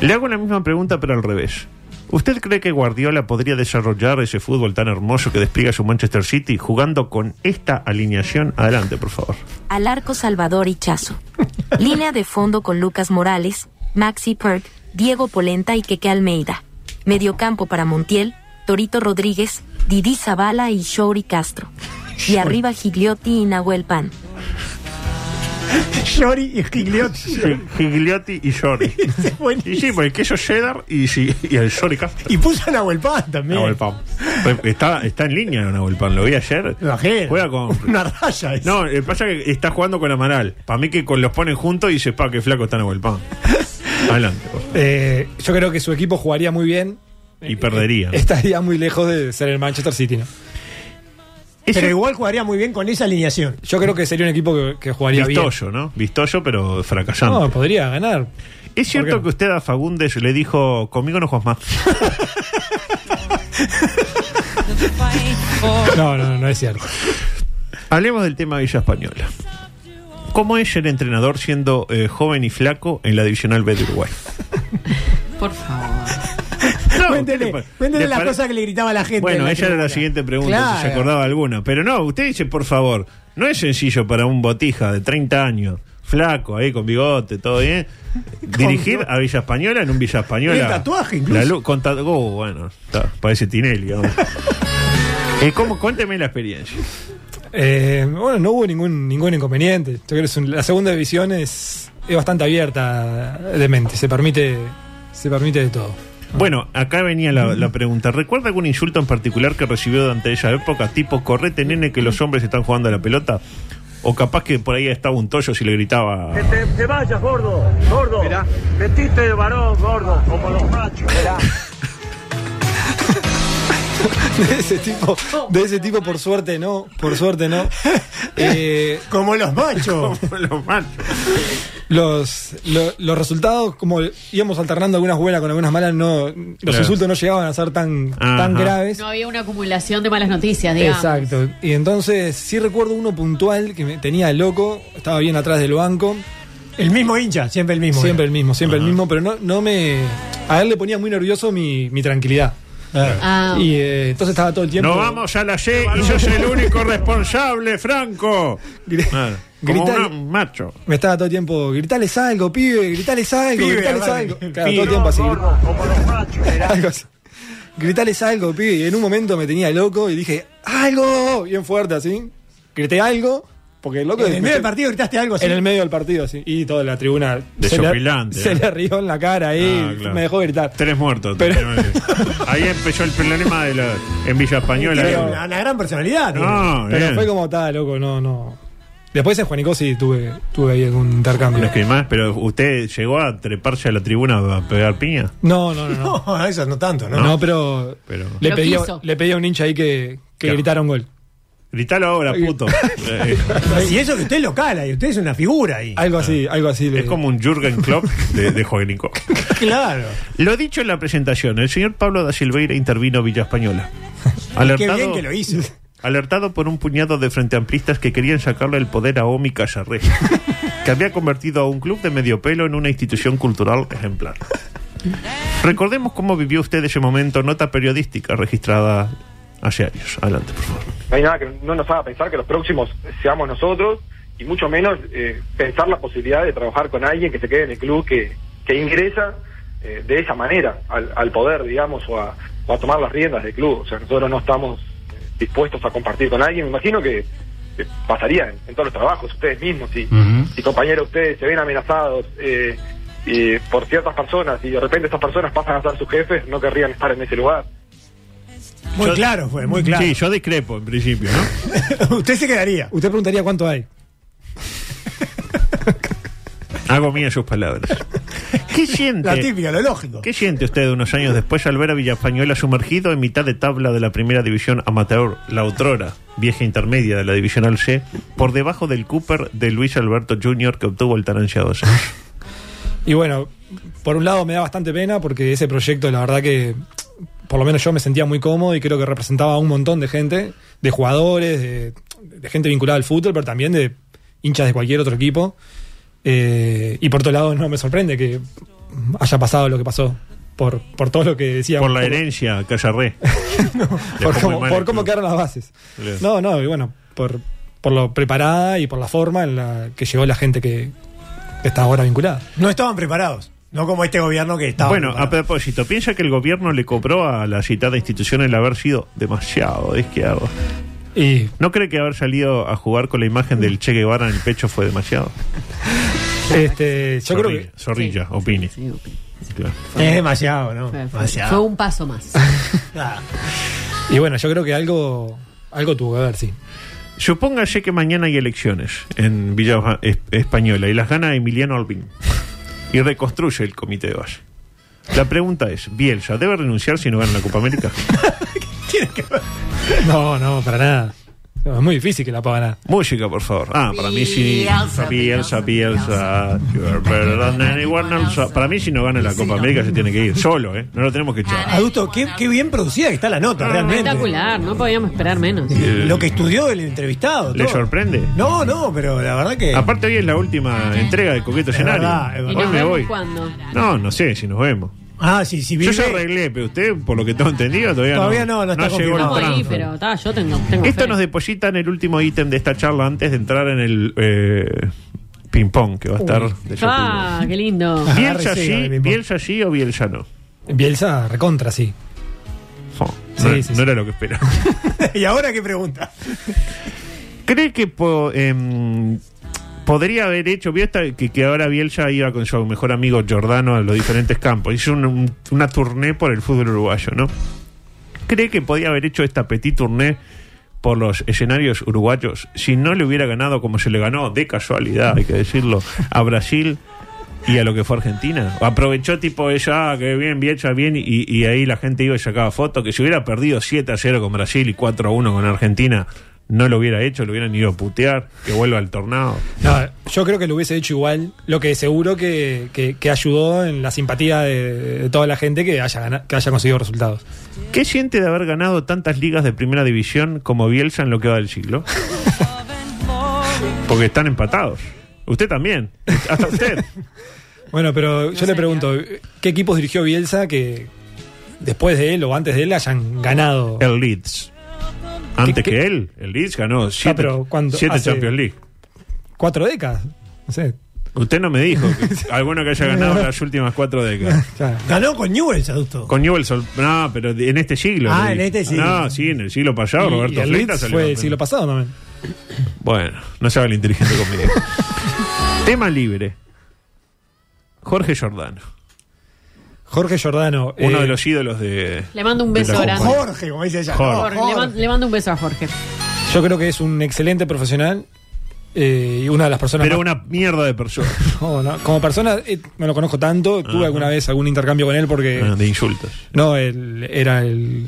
S3: Le hago la misma pregunta, pero al revés. ¿Usted cree que Guardiola podría desarrollar ese fútbol tan hermoso que despliega su Manchester City jugando con esta alineación? Adelante, por favor.
S8: al arco Salvador Hichazo. Línea de fondo con Lucas Morales, Maxi Perk, Diego Polenta y Keke Almeida. Mediocampo para Montiel, Torito Rodríguez, Didi Zavala y Shouri Castro. Y arriba Gigliotti y Nahuel Pan.
S5: Yori y Gigliotti.
S3: Sí, Gigliotti y Shori.
S5: Es buenísimo.
S3: y sí, pues el queso cheddar y, sí, y el Shori Castro.
S5: Y puso a Nahuel Pan también.
S3: Nahuel Pan. Pues Está, está en línea Nahuel Pan, lo vi ayer.
S5: Imagino.
S3: Juega con.
S5: Una raya. es.
S3: No, eh, pasa que está jugando con Amaral. Para mí que con los ponen juntos y dice, pa, qué flaco está Nahuel Pan. Adelante. por favor.
S7: Eh, yo creo que su equipo jugaría muy bien. Eh,
S3: Y perdería.
S7: Estaría muy lejos de ser el Manchester City, ¿no?
S5: Pero igual jugaría muy bien con esa alineación.
S7: Yo creo que sería un equipo que, que jugaría
S3: Vistoso, ¿no? Vistoso, pero
S7: bien.
S3: fracasante.
S7: No, podría ganar.
S3: ¿Es
S7: ¿Por
S3: cierto
S7: qué?
S3: que usted a Fagundes le dijo, conmigo no juegas más?
S7: No, no, no es cierto.
S3: Hablemos del tema Villa Española. ¿Cómo es el entrenador siendo eh, joven y flaco en la Divisional B de Uruguay?
S2: Por favor.
S5: Cuéntele,
S3: ¿qué le pa-
S5: cuéntele
S3: le
S5: las
S3: pare-
S5: cosas que le gritaba la gente. en
S3: Bueno, ella era la
S5: tribuna.
S3: siguiente pregunta, si se
S5: Claro.
S3: acordaba alguna. Pero no, usted dice, por favor, no es sencillo para un botija de 30 años, flaco, ahí con bigote, todo bien, dirigir a Villa Española en un Villa Española.
S5: Y el tatuaje, incluso.
S3: La luz- con tatu- oh, bueno, está, parece Tinelli. ahora. Eh, ¿cómo? Cuénteme la experiencia.
S7: Eh, bueno, no hubo ningún, ningún inconveniente. Yo creo que es un- la segunda división es, es bastante abierta de mente. Se permite, se permite de todo.
S3: Bueno, acá venía la, la pregunta. ¿Recuerda algún insulto en particular que recibió durante esa época? Tipo, correte, nene, que los hombres están jugando a la pelota. O capaz que por ahí estaba un tollo si le gritaba.
S9: Te, te vayas, gordo, gordo. Metiste de varón, gordo, como los machos.
S7: De ese tipo, de ese tipo por suerte no, por suerte no. Eh,
S5: Como los machos.
S3: Los machos.
S7: los, lo- los resultados, como íbamos alternando algunas buenas con algunas malas, no, los
S3: Claro.
S7: insultos no llegaban a ser tan, tan
S3: Ajá.
S7: graves.
S4: No había una acumulación de malas noticias, digamos.
S7: Exacto. Y entonces sí recuerdo uno puntual que me tenía loco, estaba bien atrás del banco.
S5: El mismo hincha, siempre el mismo.
S7: Siempre el mismo, siempre el mismo, pero no, no me. A él le ponía muy nervioso mi, mi tranquilidad.
S4: Ah,
S7: Y eh, entonces estaba todo el tiempo.
S3: No vamos a la C y yo soy el único responsable, Franco. Ah, como
S7: Gritar-
S3: un macho.
S7: Me estaba todo el tiempo, gritales algo, pibe, gritales algo,
S5: Pibe,
S7: gritales
S5: aparte.
S7: algo. Claro,
S5: Pibe.
S7: todo el tiempo así.
S9: Gordo, como los machos.
S7: Algo así. Gritales algo, pibe. Y en un momento me tenía loco y dije, ¡algo! Bien fuerte así. Grité algo, porque el loco.
S5: En el medio del
S7: me-
S5: partido gritaste algo así.
S7: En el medio del partido, así. Y toda la tribuna. se le,
S3: Desopilante,
S7: se
S3: ¿eh?
S7: le rió en la cara ahí.
S3: Ah, claro.
S7: Me dejó gritar.
S3: Tres muertos.
S7: Pero-
S3: Ahí empezó el problema de la, en Villa Española.
S5: Tiene una, una gran personalidad. tiene.
S3: no,
S7: Pero
S3: Ah, bien.
S7: fue como tal, loco, no, no. Después en Juanico sí tuve, tuve ahí algún
S3: No
S7: intercambio.
S3: es que más, pero usted llegó a treparse a la tribuna a pegar piña.
S7: No, no, no, no.
S5: No, eso no tanto, ¿no?
S7: No, pero,
S3: Pero-
S7: le,
S4: Lo
S7: pedí a,
S4: quiso.
S7: le pedí a un hincha ahí que, que
S3: Claro.
S7: gritara un gol.
S3: Gritalo ahora, puto. Eh,
S5: Y eso que usted es local ahí, usted es una figura ahí.
S7: Algo así, algo así. le-
S3: es como un Jürgen Klopp de, de Jovenico.
S5: Claro.
S3: Lo dicho en la presentación, el señor Pablo da Silveira intervino Villa Española.
S5: Qué
S3: Alertado,
S5: bien que lo hizo.
S3: alertado por un puñado de frente-amplistas que querían sacarle el poder a Omi Callarré, que había convertido a un club de medio pelo en una institución cultural ejemplar. Recordemos cómo vivió usted ese momento, nota periodística registrada hace años. Adelante, por favor.
S10: no hay nada que no nos haga pensar que los próximos seamos nosotros y mucho menos eh, pensar la posibilidad de trabajar con alguien que se quede en el club que, que ingresa eh, de esa manera al, al poder, digamos, o a, o a tomar las riendas del club. O sea, nosotros no estamos eh, dispuestos a compartir con alguien. Me imagino que eh, pasaría en, en todos los trabajos, ustedes mismos, si, si compañeros ustedes se ven amenazados. eh, y por ciertas personas y de repente estas personas pasan a ser sus jefes, no querrían estar en ese lugar.
S5: Muy claro fue, muy claro.
S3: Sí, yo discrepo en principio, ¿no?
S5: usted se quedaría.
S7: Usted preguntaría cuánto hay.
S3: Hago mía sus palabras. ¿Qué
S5: La
S3: siente?
S5: típica, lo lógico.
S3: ¿Qué siente usted unos años después al ver a Villa Española sumergido en mitad de tabla de la primera división amateur, la otrora, vieja intermedia de la divisional C, por debajo del Cooper de Luis Alberto Jr. que obtuvo el taranciado C?
S7: Y bueno, por un lado me da bastante pena porque ese proyecto, la verdad que por lo menos yo me sentía muy cómodo y creo que representaba a un montón de gente, de jugadores, de, de gente vinculada al fútbol, pero también de hinchas de cualquier otro equipo. Eh, y por otro lado no me sorprende que haya pasado lo que pasó. Por, por todo lo que decía.
S3: Por la herencia, Callarré.
S7: por
S3: Dejó muy
S7: cómo,
S3: mal
S7: por
S3: el
S7: cómo
S3: club.
S7: quedaron las bases.
S3: Claro.
S7: No, no, y bueno, por, por lo preparada y por la forma en la que llegó la gente que, que está ahora vinculada.
S5: No estaban preparados. No como este gobierno que estaba.
S3: Bueno, a
S5: preparado.
S3: propósito, ¿piensa que el gobierno le cobró a la citada institución el haber sido demasiado de izquierda?
S7: Y
S3: ¿No cree que haber salido a jugar con la imagen del Che Guevara en el pecho fue demasiado?
S7: este, yo creo que.
S3: Zorrilla, Zorrilla, opine.
S4: Sí, ok.
S3: Claro.
S5: Es demasiado, ¿no?
S4: Fue- fue- Fue
S5: Demasiado.
S4: un paso más.
S5: Ah,
S7: Y bueno, yo creo que algo. Algo tuvo que ver, sí.
S3: Supóngase que mañana hay elecciones en Villa Oja- Es- Española y las gana Emiliano Albín y reconstruye el comité de base. La pregunta es, ¿Bielsa debe renunciar si no gana la Copa América?
S7: No, no, para nada. No, es muy difícil que la pueda ganar.
S3: Música, por favor. Ah, para mí sí. Bielsa, Bielsa, Bielsa. Perdón, anyone else. Para mí si no gana la Copa América se tiene que ir solo, ¿eh? No lo tenemos que echar.
S5: Adusto, qué, qué bien producida que está la nota, realmente.
S4: Ah,
S5: Eh,
S4: Espectacular, no podíamos esperar menos.
S5: Lo que estudió el entrevistado.
S3: ¿Le
S5: todo.
S3: sorprende?
S5: No, no, pero la verdad que.
S3: Aparte hoy es la última entrega de Coqueto Escenario.
S5: verdad, es
S4: ¿Y
S5: verdad.
S3: Hoy
S4: nos
S3: me
S4: vemos
S3: voy.
S4: cuándo?
S3: No, no sé si nos vemos.
S5: Ah, sí, sí,
S3: Yo
S5: vive-
S3: ya arreglé, pero usted, por lo que tengo entendido, todavía,
S5: Todavía no, no está
S3: llegó el
S5: confirmado.
S4: Estamos ahí,
S3: transfer.
S4: pero ta, yo tengo, tengo
S3: Esto
S4: fe.
S3: nos deposita en el último ítem de esta charla antes de entrar en el eh, ping-pong que va a estar de sorpresa.
S4: Ah, qué lindo.
S3: Bielsa
S5: Agarre, sí,
S3: sí,
S5: agarre, ping-pong.
S3: Bielsa sí o Bielsa no.
S7: Bielsa recontra, sí.
S3: Jo,
S7: Sí,
S3: no,
S7: sí, sí.
S3: no era lo que esperaba.
S5: ¿Y ahora qué pregunta?
S3: ¿Cree que po- em, podría haber hecho, vio esta- que, que ahora Bielsa iba con su mejor amigo Giordano a los diferentes campos? Hizo un- un- una tournée por el fútbol uruguayo, ¿no? ¿Cree que podía haber hecho esta petit tournée por los escenarios uruguayos si no le hubiera ganado como se le ganó, de casualidad, hay que decirlo, a Brasil? Y a lo que fue Argentina. Aprovechó tipo ella, ah, que bien, Bielsa, bien, y, y ahí la gente iba y sacaba fotos, que si hubiera perdido 7 a 0 con Brasil y 4 a 1 con Argentina, no lo hubiera hecho, lo hubieran ido a putear, que vuelva al tornado.
S7: No, yo creo que lo hubiese hecho igual. Lo que seguro que, que- que ayudó en la simpatía de, de toda la gente que haya, gana- que haya conseguido resultados.
S3: ¿Qué siente de haber ganado tantas ligas de primera división como Bielsa en lo que va del siglo? Porque están empatados. Usted también. Hasta usted.
S7: Bueno, pero yo le pregunto, ¿qué equipos dirigió Bielsa que después de él o antes de él hayan ganado?
S3: El Leeds. Antes
S7: ¿Qué-
S3: que
S7: qué?
S3: él, el Leeds ganó siete,
S7: pero ¿cuándo?
S3: siete
S7: Hace-
S3: Champions League.
S7: ¿Cuatro décadas? No sé.
S3: Usted no me dijo que- alguno que haya ganado las últimas cuatro décadas.
S7: Ya.
S5: Ganó con Newell's, adusto.
S3: Con Newell's, Old- no, pero en este siglo.
S5: Ah,
S3: le
S5: en
S3: digo.
S5: este siglo.
S3: No, sí, en el siglo pasado,
S7: Y-
S3: Roberto
S7: y el
S3: Fleita
S7: Leeds
S3: salió
S7: fue el
S3: campeón.
S7: siglo pasado también.
S3: Bueno, no se haga el inteligente conmigo. Tema libre. Jorge Giordano,
S7: Jorge Giordano.
S3: uno
S7: eh,
S3: de los ídolos de...
S4: Le mando un
S3: de
S4: beso
S3: la
S4: grande.
S3: Copa.
S5: Jorge, como dice ella.
S3: Jorge.
S5: No,
S4: Le, man- le mando un beso a Jorge.
S7: Yo creo que es un excelente profesional eh, y una de las personas
S3: Pero
S7: más-
S3: una mierda de persona.
S7: No, no, Como persona, eh, no lo conozco tanto. Tuve
S3: Ajá.
S7: alguna vez algún intercambio con él porque.
S3: Ah, de insultos.
S7: No, él era el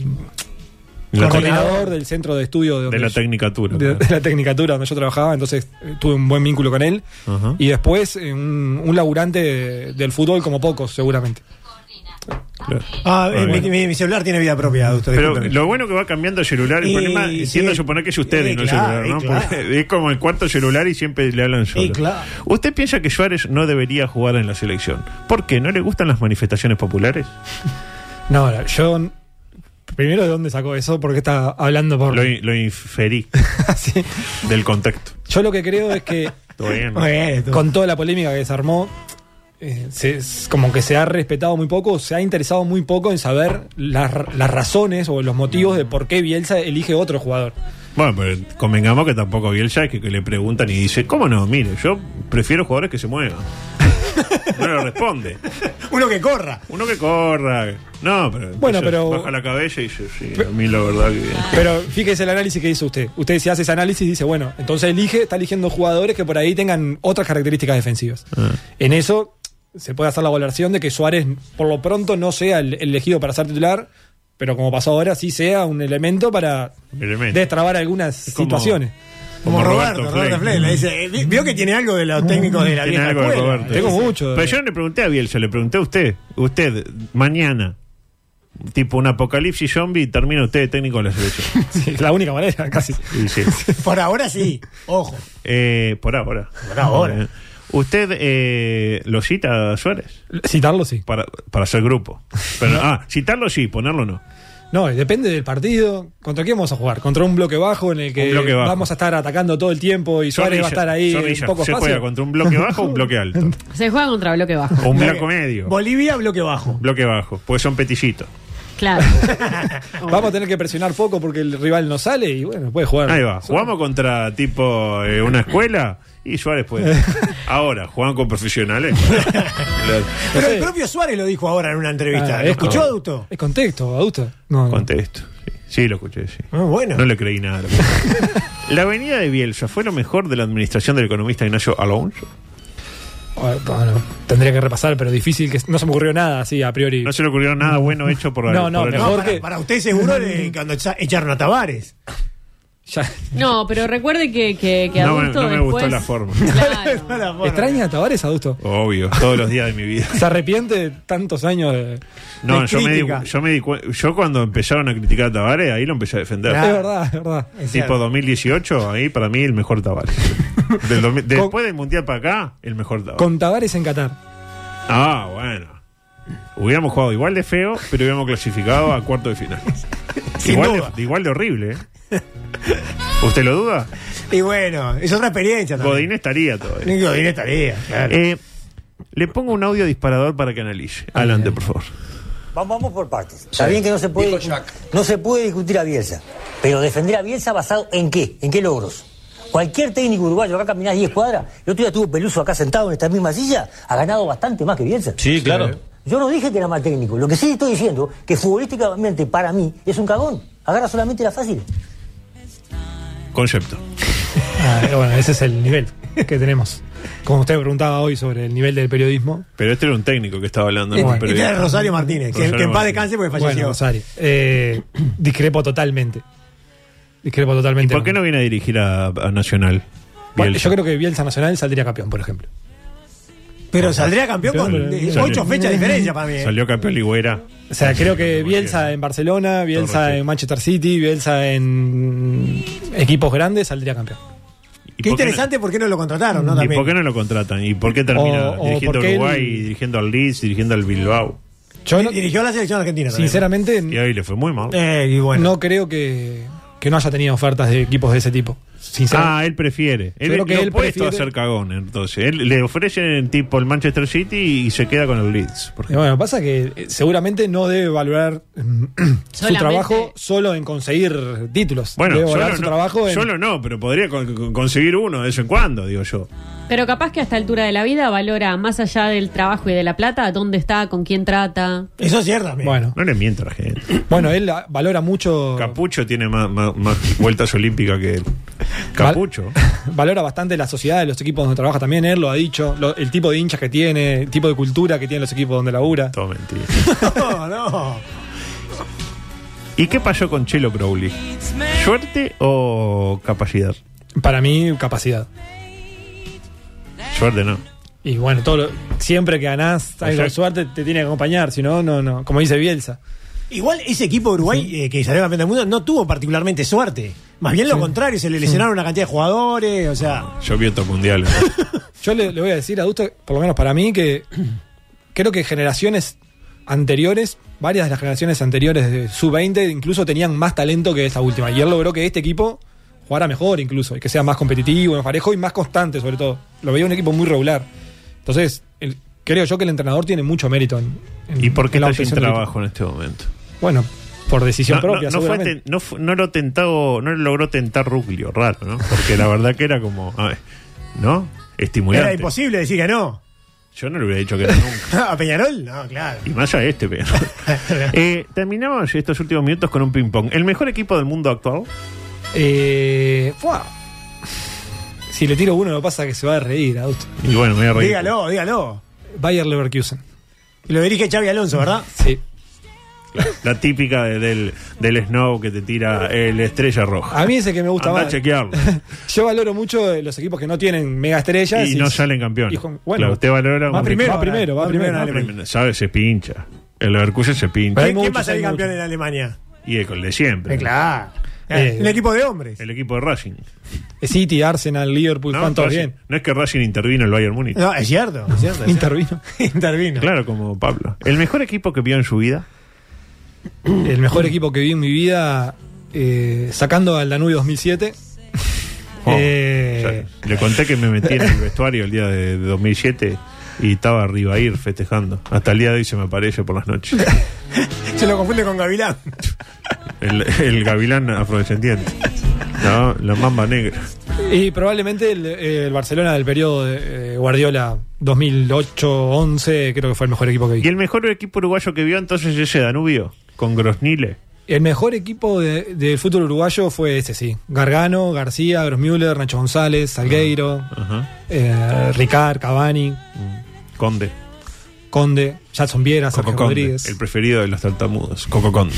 S3: La
S7: coordinador del centro de estudio de,
S3: tec-
S7: donde
S3: de la
S7: yo-
S3: tecnicatura.
S7: de-
S3: claro.
S7: de la Tecnicatura donde yo trabajaba, entonces eh, tuve un buen vínculo con él.
S3: Ajá.
S7: Y después eh, un, un laburante de- del fútbol como pocos, seguramente.
S3: Claro.
S5: Ah, eh,
S3: Muy
S5: mi,
S3: bien.
S5: mi- mi celular tiene vida propia, adusto.
S3: Pero
S5: discúlpeme.
S3: lo bueno que va cambiando el celular, el
S5: Y-
S3: problema
S5: sí.
S3: tiendo a suponer que es usted y
S5: Y
S3: no el
S5: claro,
S3: celular, ¿no?
S5: y claro.
S3: Porque es como el cuarto celular y siempre le hablan solo.
S5: claro.
S3: ¿Usted piensa que Suárez no debería jugar en la selección? ¿Por qué? ¿No le gustan las manifestaciones populares?
S7: No, no, yo. Primero, ¿de dónde sacó eso? Porque está hablando por.
S3: Lo, in- lo inferí
S7: Sí.
S3: del contexto.
S7: Yo lo que creo es que
S3: Todo bien.
S5: Muy bien, esto.
S7: con toda la polémica que se armó, eh, se- es como que se ha respetado muy poco, se ha interesado muy poco en saber las, r- las razones o los motivos de por qué Bielsa elige otro jugador.
S3: Bueno, pero convengamos que tampoco Bielsa es que, que le preguntan y dice, ¿cómo no? Mire, yo prefiero jugadores que se muevan. no le responde.
S5: Uno que corra.
S3: Uno que corra. No, pero,
S7: Bueno,
S3: entonces
S7: pero-
S3: baja la cabeza y dice, sí, a mí la verdad que...
S7: Pero fíjese el análisis que hizo usted. Usted si hace ese análisis dice, bueno, entonces elige, está eligiendo jugadores que por ahí tengan otras características defensivas.
S3: Ah.
S7: En eso se puede hacer la valoración de que Suárez por lo pronto no sea el el elegido para ser titular, pero como pasó ahora, sí sea un elemento para
S3: Elemento.
S7: destrabar algunas
S3: Es como-
S7: situaciones.
S5: Como Roberto, Roberto Fleck. le dice, eh, vi- Vio que tiene algo de los técnicos de la
S3: Tiene
S5: vieja
S3: algo de
S5: escuela.
S3: Roberto.
S7: Tengo mucho.
S3: Pero yo no le pregunté a Bielsa, le pregunté a usted. Usted, mañana, tipo un apocalipsis zombie, termina usted de técnico de la selección.
S7: Sí, la única manera, casi.
S3: Y sí.
S5: Por ahora sí. Ojo.
S3: Eh, por ahora.
S5: Por ahora.
S3: Eh, ¿Usted eh, lo cita a Suárez?
S7: Citarlo sí.
S3: Para, para hacer grupo. Pero, ah, citarlo sí, ponerlo no.
S7: No, eh, depende del partido. ¿Contra quién vamos a jugar? ¿Contra un bloque bajo en el que
S3: Un bloque bajo.
S7: vamos a estar atacando todo el tiempo y Suárez va a estar ahí en
S3: Zorrilla,
S7: poco
S3: ¿Se
S7: espacio?
S3: juega contra un bloque bajo o un bloque alto? Oh.
S4: Se juega contra bloque bajo.
S3: O un bloque medio.
S5: Bolivia, bloque bajo.
S3: Bloque bajo, pues son petillitos.
S4: Claro.
S7: Vamos a tener que presionar poco porque el rival no sale y bueno, puede jugar.
S3: Ahí va. Jugamos contra tipo eh, una escuela y Suárez puede. Ahora, juegan con profesionales. Claro.
S5: Pero
S7: sé.
S5: el propio Suárez lo dijo ahora en una entrevista.
S7: Ah,
S5: ¿Lo
S7: es
S5: escuchó,
S7: como-
S5: Adusto?
S7: Es contexto, adusto. No, no.
S3: Contesto. Sí. Sí, lo escuché, sí.
S5: Ah, bueno.
S3: No le creí nada. lo que- La avenida de Bielsa fue lo mejor de la administración del economista Ignacio Alonso.
S7: Ah, bueno, tendría que repasar, pero difícil que no se me ocurrió nada así a priori.
S3: No se le ocurrió nada bueno hecho por
S7: No, no,
S3: por el-
S7: mejor-
S5: para,
S7: que-
S5: para usted seguro le- cuando echa- echaron a Tavares.
S7: Ya-
S4: No, pero recuerde que, que, que
S3: No me-
S4: adulto
S3: no me
S4: después-
S3: gustó la forma.
S4: Claro.
S7: ¿Extraña a Tavares, adusto?
S3: Obvio, todos los días de mi vida.
S7: ¿Se arrepiente de tantos años de.?
S3: No,
S5: De
S3: yo me, di,
S5: crítica.
S3: yo me di cu- yo cuando empezaron a criticar a Tavares, ahí lo empecé a defender.
S5: Claro.
S7: Es verdad, es verdad.
S3: Tipo 2018, ahí para mí el mejor Tavares. Del dos mil- después
S7: Con-
S3: del Mundial para acá, el mejor Tavares.
S7: Con Tavares en Qatar.
S3: Ah, bueno. Hubiéramos jugado igual de feo, pero hubiéramos clasificado a cuarto de final.
S5: Sin
S3: igual,
S5: duda.
S3: de, igual de horrible, ¿eh? ¿Usted lo duda?
S5: Y bueno, es otra experiencia también.
S3: Godín estaría todavía.
S5: Godín. Godín estaría, claro.
S3: Eh, le pongo un audio disparador para que analice. Adelante, por favor.
S11: Vamos, vamos por partes. Está bien que no se puede no se puede discutir a Bielsa, pero defender a Bielsa basado en qué, en qué logros. Cualquier técnico uruguayo, acá caminás 10 cuadras, el otro día tuvo Peluso acá sentado en esta misma silla, ha ganado bastante más que Bielsa.
S12: Sí, claro.
S11: Yo no dije que era mal técnico, lo que sí estoy diciendo que futbolísticamente para mí es un cagón. Agarra solamente la fácil.
S3: Concepto.
S7: Ah, bueno, ese es el nivel que tenemos. Como usted preguntaba hoy sobre el nivel del periodismo.
S3: Pero este era un técnico que estaba hablando. ¿no?
S7: Bueno.
S3: Pero- eh,
S5: Este es Rosario Martínez, que,
S3: Rosario
S5: que en paz
S3: Martínez.
S5: descanse porque falleció.
S7: Bueno, Rosario. eh, discrepo totalmente. Discrepo totalmente.
S3: ¿Por qué no viene a dirigir a, a Nacional?
S7: Bueno,
S3: Bielsa?
S7: yo creo que Bielsa Nacional saldría campeón, por ejemplo.
S5: Pero saldría campeón con
S3: Salió.
S5: eh,
S3: Salió.
S5: ocho fechas de diferencia para mí. eh.
S3: Salió campeón Ligüera.
S7: O sea, creo que
S3: Como
S7: Bielsa
S3: que-
S7: en Barcelona, Bielsa
S3: respeto.
S7: en Manchester City, Bielsa en equipos grandes saldría campeón.
S3: ¿Y
S5: Qué
S3: por
S5: interesante por qué no lo contrataron, ¿no?
S3: No, ¿Y
S5: También.
S3: por qué no lo contratan? ¿Y por qué termina
S7: O- o
S3: dirigiendo a
S7: porque él-
S3: Uruguay, y dirigiendo al Leeds, dirigiendo al Bilbao?
S7: Yo no-
S5: Dirigió la selección argentina. también.
S7: sinceramente
S3: Y ahí le fue muy mal.
S5: Eh, y bueno.
S7: no creo que, que no haya tenido ofertas de equipos de ese tipo. Sinceramente.
S3: Ah, él prefiere. Él
S7: creo que
S3: lo
S7: él
S3: opuesto a
S7: prefiere-
S3: ser cagón, entonces. Él, le ofrecen tipo el Manchester City y se queda con el Leeds. por
S7: Y
S3: ejemplo.
S7: Bueno, pasa que eh, seguramente no debe valorar mm, su
S4: Solamente-
S7: trabajo solo en conseguir títulos.
S3: Bueno,
S7: debe
S3: solo,
S7: valorar
S3: no,
S7: su trabajo en...
S3: solo no, pero podría con- con- conseguir uno de vez en cuando, digo yo.
S4: Pero capaz que a esta altura de la vida valora, más allá del trabajo y de la plata, dónde está, con quién trata.
S5: Eso es cierto también.
S7: Bueno,
S3: No le miento a la gente.
S7: bueno, él ah, valora mucho...
S3: Capucho tiene más, más- más vueltas olímpicas que él. Capucho.
S7: valora bastante la sociedad de los equipos donde trabaja también, él lo ha dicho, lo- el tipo de hinchas que tiene, el tipo de cultura que tienen los equipos donde labura.
S3: Todo mentira.
S5: No, no.
S3: ¿Y qué pasó con Chelo Crowley? ¿Suerte o capacidad?
S7: Para mí, capacidad.
S3: Suerte no.
S7: Y bueno, todo lo- siempre que ganás
S3: O
S7: algo
S3: sea-
S7: de suerte te tiene que acompañar, si no, no, no. Como dice Bielsa.
S5: Igual ese equipo de Uruguay eh, que salió campeón del mundo no tuvo particularmente suerte. Más bien lo contrario, se le lesionaron una cantidad de jugadores, o sea.
S3: Yo vi otro mundial.
S7: Yo le, le voy a decir, adulto, por lo menos para mí, que creo que generaciones anteriores, varias de las generaciones anteriores de sub-20, incluso tenían más talento que esta última. Y él logró que este equipo jugara mejor incluso, y que sea más competitivo, más parejo y más constante sobre todo. Lo veía un equipo muy regular. Entonces, el- creo yo que el entrenador tiene mucho mérito en... en-
S3: ¿Y por qué
S7: en la
S3: está sin
S7: obtención del
S3: trabajo en este momento?
S7: equipo. Bueno, por decisión
S3: No, no-
S7: propia,
S3: no fue
S7: seguramente.
S3: ten- no fu- no lo tentado, no lo logró tentar Ruglio, raro, ¿no? Porque la verdad que era como, a ver, ¿no? Estimulante.
S5: Era imposible decir que no.
S3: Yo no le hubiera dicho que no nunca.
S5: ¿A Peñarol? No, claro.
S3: Y más a este, pero. Eh, terminamos estos últimos minutos con un ping-pong. ¿El mejor equipo del mundo actual?
S7: Eh, ¡fua! Si le tiro uno, lo pasa que se va a reír, adulto.
S3: Y bueno, me voy a reír.
S5: Dígalo, dígalo.
S7: Bayer Leverkusen.
S5: Y lo dirige Xavi Alonso, ¿verdad?
S7: Sí.
S3: La típica de- del, del snow que te tira el estrella roja.
S7: A mí ese que me gusta
S3: Andá a
S7: más.
S3: chequearlo.
S7: Yo valoro mucho eh, los equipos que no tienen mega estrellas.
S3: y no salen campeones.
S7: y con- bueno,
S3: Claro, usted valora
S7: va
S3: un
S7: primero,
S3: equipo-
S7: va primero, va
S5: Va
S7: primero.
S5: primero,
S3: No, primero, sabe, se pincha. El Leverkusen se pincha.
S7: Hay
S5: ¿Quién, quién va a
S7: muchos,
S5: salir
S7: hay
S5: campeón
S7: muchos.
S5: en Alemania?
S3: Y el de siempre.
S5: Eh, claro.
S7: Eh,
S5: un equipo de hombres.
S3: El equipo de Racing.
S7: City, Arsenal, Liverpool,
S3: No,
S7: van todos
S3: Racing-
S7: bien.
S3: no es que Racing intervino el Bayern Múnich.
S5: No, es cierto, es cierto. es
S7: Intervino.
S5: cierto. Intervino.
S3: Claro, como Pablo. El mejor equipo que vio en su vida.
S7: El mejor equipo que vi en mi vida, eh, sacando al Danubio 2007.
S3: Oh,
S7: Eh,
S3: o sea, le conté que me metí en el vestuario el día de, de 2007 y estaba arriba ir festejando. Hasta el día de hoy se me aparece por las noches.
S5: Se lo confunde con Gavilán.
S3: El, el gavilán afrodescendiente. No, la mamba negra.
S7: Y probablemente el, el Barcelona del periodo de eh, Guardiola 2008-11 creo que fue el mejor equipo que vi.
S3: Y el mejor equipo uruguayo que vio entonces ese Danubio, con Grosnile.
S7: El mejor equipo de- del fútbol uruguayo fue ese, sí. Gargano, García, Grossmüller, Nacho González, Salgueiro,
S3: Ajá.
S7: eh, Ricard, Cavani,
S3: Conde.
S7: Conde, Jackson Viera, Sergio
S3: Coco Conde.
S7: Rodríguez.
S3: El preferido de los tartamudos. Coco Conde.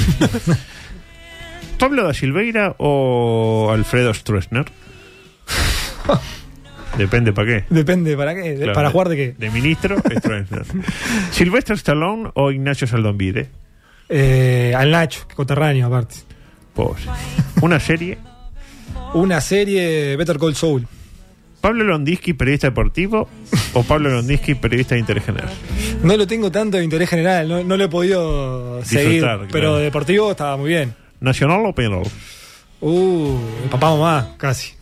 S3: ¿Pablo da Silveira o Alfredo Stroessner? Depende para qué.
S7: Depende, ¿para qué?
S3: Claro,
S7: ¿Para
S3: de-
S7: jugar de qué?
S3: De ministro, Stroessner. ¿Silvestre Stallone o Ignacio Saldombide?
S7: Eh, al Nacho, coterráneo aparte.
S3: Pobre. Una serie.
S7: Una serie Better Call Soul.
S3: ¿Pablo Londiski, periodista deportivo? ¿O Pablo Londiski, periodista de Intergeneral?
S7: No lo tengo tanto de interés general, no, no lo he podido seguir,
S3: claro.
S7: pero deportivo estaba muy bien.
S3: ¿Nacional o penal?
S7: Uh, papá mamá, casi.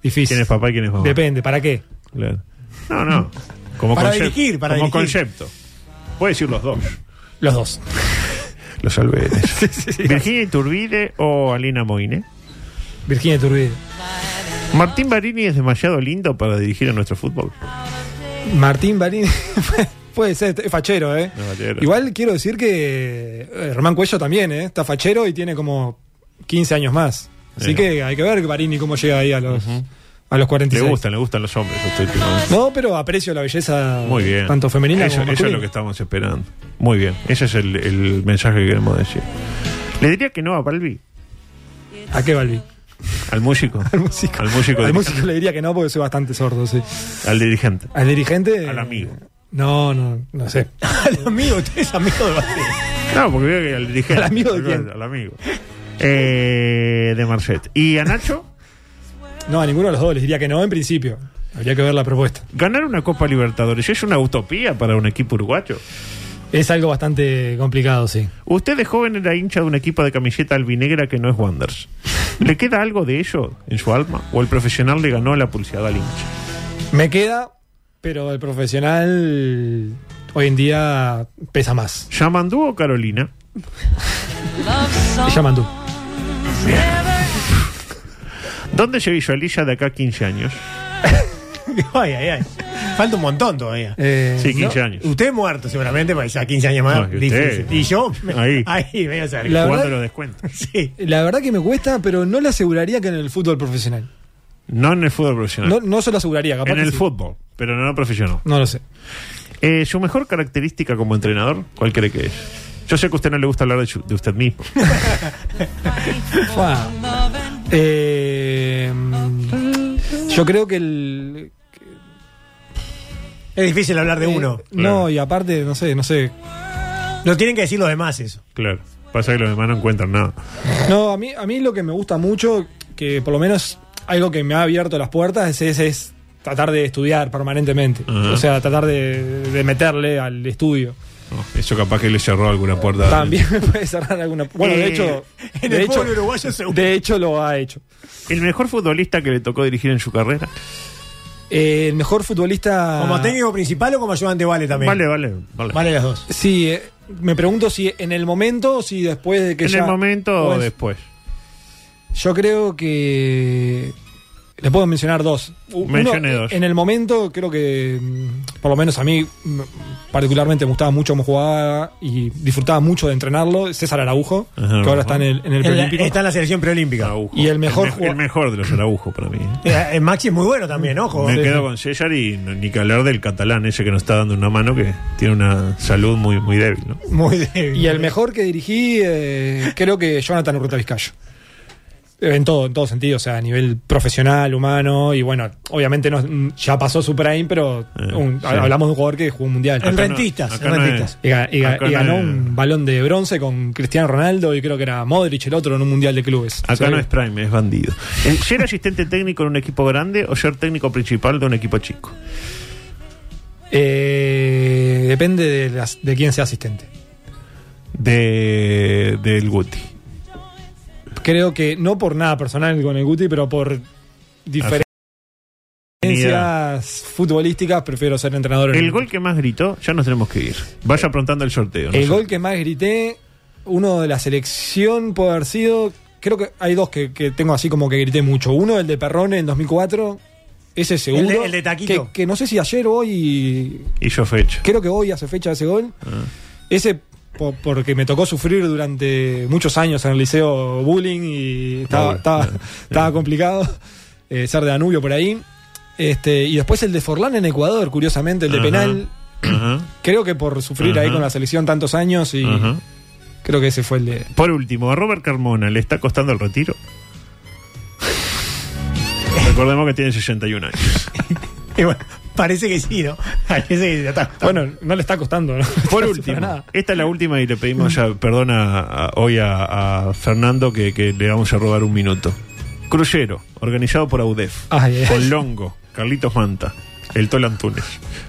S7: Difícil.
S3: Mm. ¿Quién es papá y quién es mamá?
S7: Depende, ¿para qué?
S3: Claro. No, no. Como
S5: Para
S3: concep-
S5: dirigir, para
S3: como
S5: dirigir.
S3: concepto. Puede decir los dos.
S7: Los dos.
S3: Los alberes. ¿Virginia Iturbide o Alina Moine?
S7: Virginia Turbide.
S3: ¿Martín Barini es demasiado lindo para dirigir a nuestro fútbol?
S7: Martín Barini. Puede ser, es fachero, ¿eh?
S3: No, fachero.
S7: Igual quiero decir que eh, Román Cuello también, ¿eh? Está fachero y tiene como 15 años más. Así
S3: Bueno.
S7: que hay que ver Barini cómo llega ahí a los, a los
S3: Le
S7: 46.
S3: gustan, le gustan los hombres. usted, últimamente.
S7: No, pero aprecio la belleza
S3: Muy bien.
S7: tanto femenina
S3: eso,
S7: como
S3: eso es
S7: masculina.
S3: lo que estamos esperando. Muy bien. Ese es el, el mensaje que queremos decir. Le diría que no a Balbi,
S7: ¿A qué Balbi?
S3: al músico.
S7: Al músico.
S3: Al músico.
S7: Al
S3: dirigente,
S7: músico le diría que no porque soy bastante sordo, sí.
S3: al dirigente.
S7: Al dirigente.
S3: Al amigo.
S7: No, no, no sé.
S5: Al amigo, usted es amigo de Basilio.
S3: No, porque veo que al dirigente.
S7: ¿Al amigo de quién?
S3: Al amigo. Eh, de Marcet. ¿Y a Nacho?
S7: No, a ninguno de los dos les diría que no en principio. Habría que ver la propuesta.
S3: Ganar una Copa Libertadores es una utopía para un equipo uruguayo.
S7: Es algo bastante complicado, sí.
S3: Usted de joven era hincha de un equipo de camiseta albinegra que no es Wanders. ¿Le queda algo de ello en su alma? ¿O el profesional le ganó la pulseada al hincha?
S7: Me queda, pero el profesional hoy en día pesa más.
S3: ¿Yamandú o Carolina?
S7: Se llaman tú.
S3: ¿Dónde se visualiza de acá a 15 años?
S5: Ay, ay, ay. Falta un montón todavía.
S7: Eh,
S3: Sí, 15 años.
S5: Usted muerto seguramente, porque ya 15 años más.
S3: No, y
S5: difícil.
S3: usted.
S5: y yo,
S3: Ahí.
S5: ahí, ahí medio cerca.
S7: La
S3: ¿Cuándo
S7: verdad-
S3: lo descuento?
S5: Sí.
S7: La verdad que me cuesta, pero no le aseguraría que en el fútbol profesional.
S3: No en el fútbol profesional.
S7: No, no se lo aseguraría, capaz.
S3: en
S7: que
S3: el
S7: sí.
S3: fútbol, pero no en el profesional.
S7: No lo sé.
S3: Eh, ¿Su mejor característica como entrenador? ¿Cuál cree que es? Yo sé que a usted no le gusta hablar de, su- de usted mismo.
S7: Fua. Eh, yo creo que el.
S5: Es difícil hablar de uno.
S7: eh, No, y aparte, no sé, no sé.
S5: Lo tienen que decir los demás eso.
S3: Claro. Pasa que los demás no encuentran nada.
S7: No, a mí, a mí lo que me gusta mucho, que por lo menos algo que me ha abierto las puertas, es, es, es tratar de estudiar permanentemente.
S3: Ajá.
S7: O sea, tratar de, de meterle al estudio.
S3: No, Oh, eso capaz que le cerró alguna puerta.
S7: También me puede cerrar alguna. Bueno, de
S3: Eh,
S7: hecho.
S5: en
S7: de
S5: el
S7: hecho,
S5: fútbol uruguayo seguro.
S7: De hecho, lo ha hecho.
S3: ¿El mejor futbolista que le tocó dirigir en su carrera?
S7: Eh, el mejor futbolista.
S5: Como técnico principal o como ayudante vale también.
S3: Vale, vale. vale.
S5: Vale las dos.
S7: Sí, eh, me pregunto si en el momento o si después de que
S3: ¿En
S7: ya-
S3: el momento o
S7: Pues,
S3: después?
S7: Yo creo que. Le puedo mencionar dos. U- uno, eh,
S3: Mencione dos.
S7: En el momento, creo que. mm, Por lo menos a mí, mm, particularmente, me gustaba mucho cómo jugaba y disfrutaba mucho de entrenarlo. César Araujo,
S3: Ajá,
S7: que ahora
S3: Araujo.
S7: está en el, en el
S5: En la-
S7: preolímpico.
S5: está en la selección preolímpica.
S3: Araujo.
S7: y el mejor
S3: El,
S7: jugado-
S3: mejor de los Araujo para mí. ¿eh?
S5: Eh, eh, Maxi es muy bueno también, ojo.
S3: Me
S5: Sí.
S3: quedo con César y no- ni que hablar del catalán, ese que nos está dando una mano que tiene una salud muy, muy débil. ¿no?
S5: Muy débil.
S7: Y el mejor que dirigí, eh, creo que Jonathan Urruta Vizcayo. Eh, En todo, en todo sentido, o sea, a nivel profesional, humano, y bueno, obviamente no, mm, ya pasó su prime, pero
S3: Eh,
S7: un-
S3: sí.
S7: hablamos de un jugador que jugó un mundial.
S5: En
S3: Acá no-
S5: rentistas,
S3: acá
S5: en
S3: no
S5: rentistas.
S7: Y, ga- y ga-
S3: acá
S7: y
S3: no
S7: ganó
S3: es-
S7: un balón de bronce con Cristiano Ronaldo y creo que era Modric el otro en un mundial de clubes.
S3: Acá
S7: O sea,
S3: no es Prime, es bandido. Eh, ¿Ser asistente técnico en un equipo grande o ser técnico principal de un equipo chico?
S7: eh, depende de, las- de quién sea asistente.
S3: De, del Guti.
S7: Creo que no por nada personal con el Guti, pero por diferencia. Experiencias futbolísticas, prefiero ser entrenador. en-
S3: El gol que más gritó, ya nos tenemos que ir. Vaya aprontando el sorteo. ¿no?
S7: El gol que más grité, uno de la selección puede haber sido, creo que hay dos que, que tengo así como que grité mucho. Uno, el de Perrone en 2004, ese seguro.
S5: El de- el de Taquito.
S7: Que, que no sé si ayer o hoy,
S3: Y yo fecha.
S7: creo que hoy hace fecha ese gol.
S3: Ah.
S7: Ese po- porque me tocó sufrir durante muchos años en el liceo bullying y estaba,
S3: Bullying,
S7: estaba- estaba complicado eh, ser de Danubio por ahí. Este, y después el de Forlán en Ecuador, curiosamente, el de
S3: Ajá.
S7: penal.
S3: Ajá,
S7: Creo que por sufrir ahí
S3: Ajá.
S7: con la selección tantos años y
S3: ajá.
S7: creo que ese fue el de...
S3: Por último, a Robert Carmona le está costando el retiro. Recordemos que tiene 61 años.
S5: Y bueno, parece que sí, ¿no? Parece que ya está.
S7: Bueno, no le está costando, ¿no?
S3: Por
S7: No hace
S3: último,
S7: para nada.
S3: esta es la última y le pedimos ya perdón a- a- hoy a, a Fernando que, que le vamos a robar un minuto. Crucero, organizado por AUDEF,
S7: Ay, ay.
S3: con Longo, Carlitos Manta, el Tol Antunes,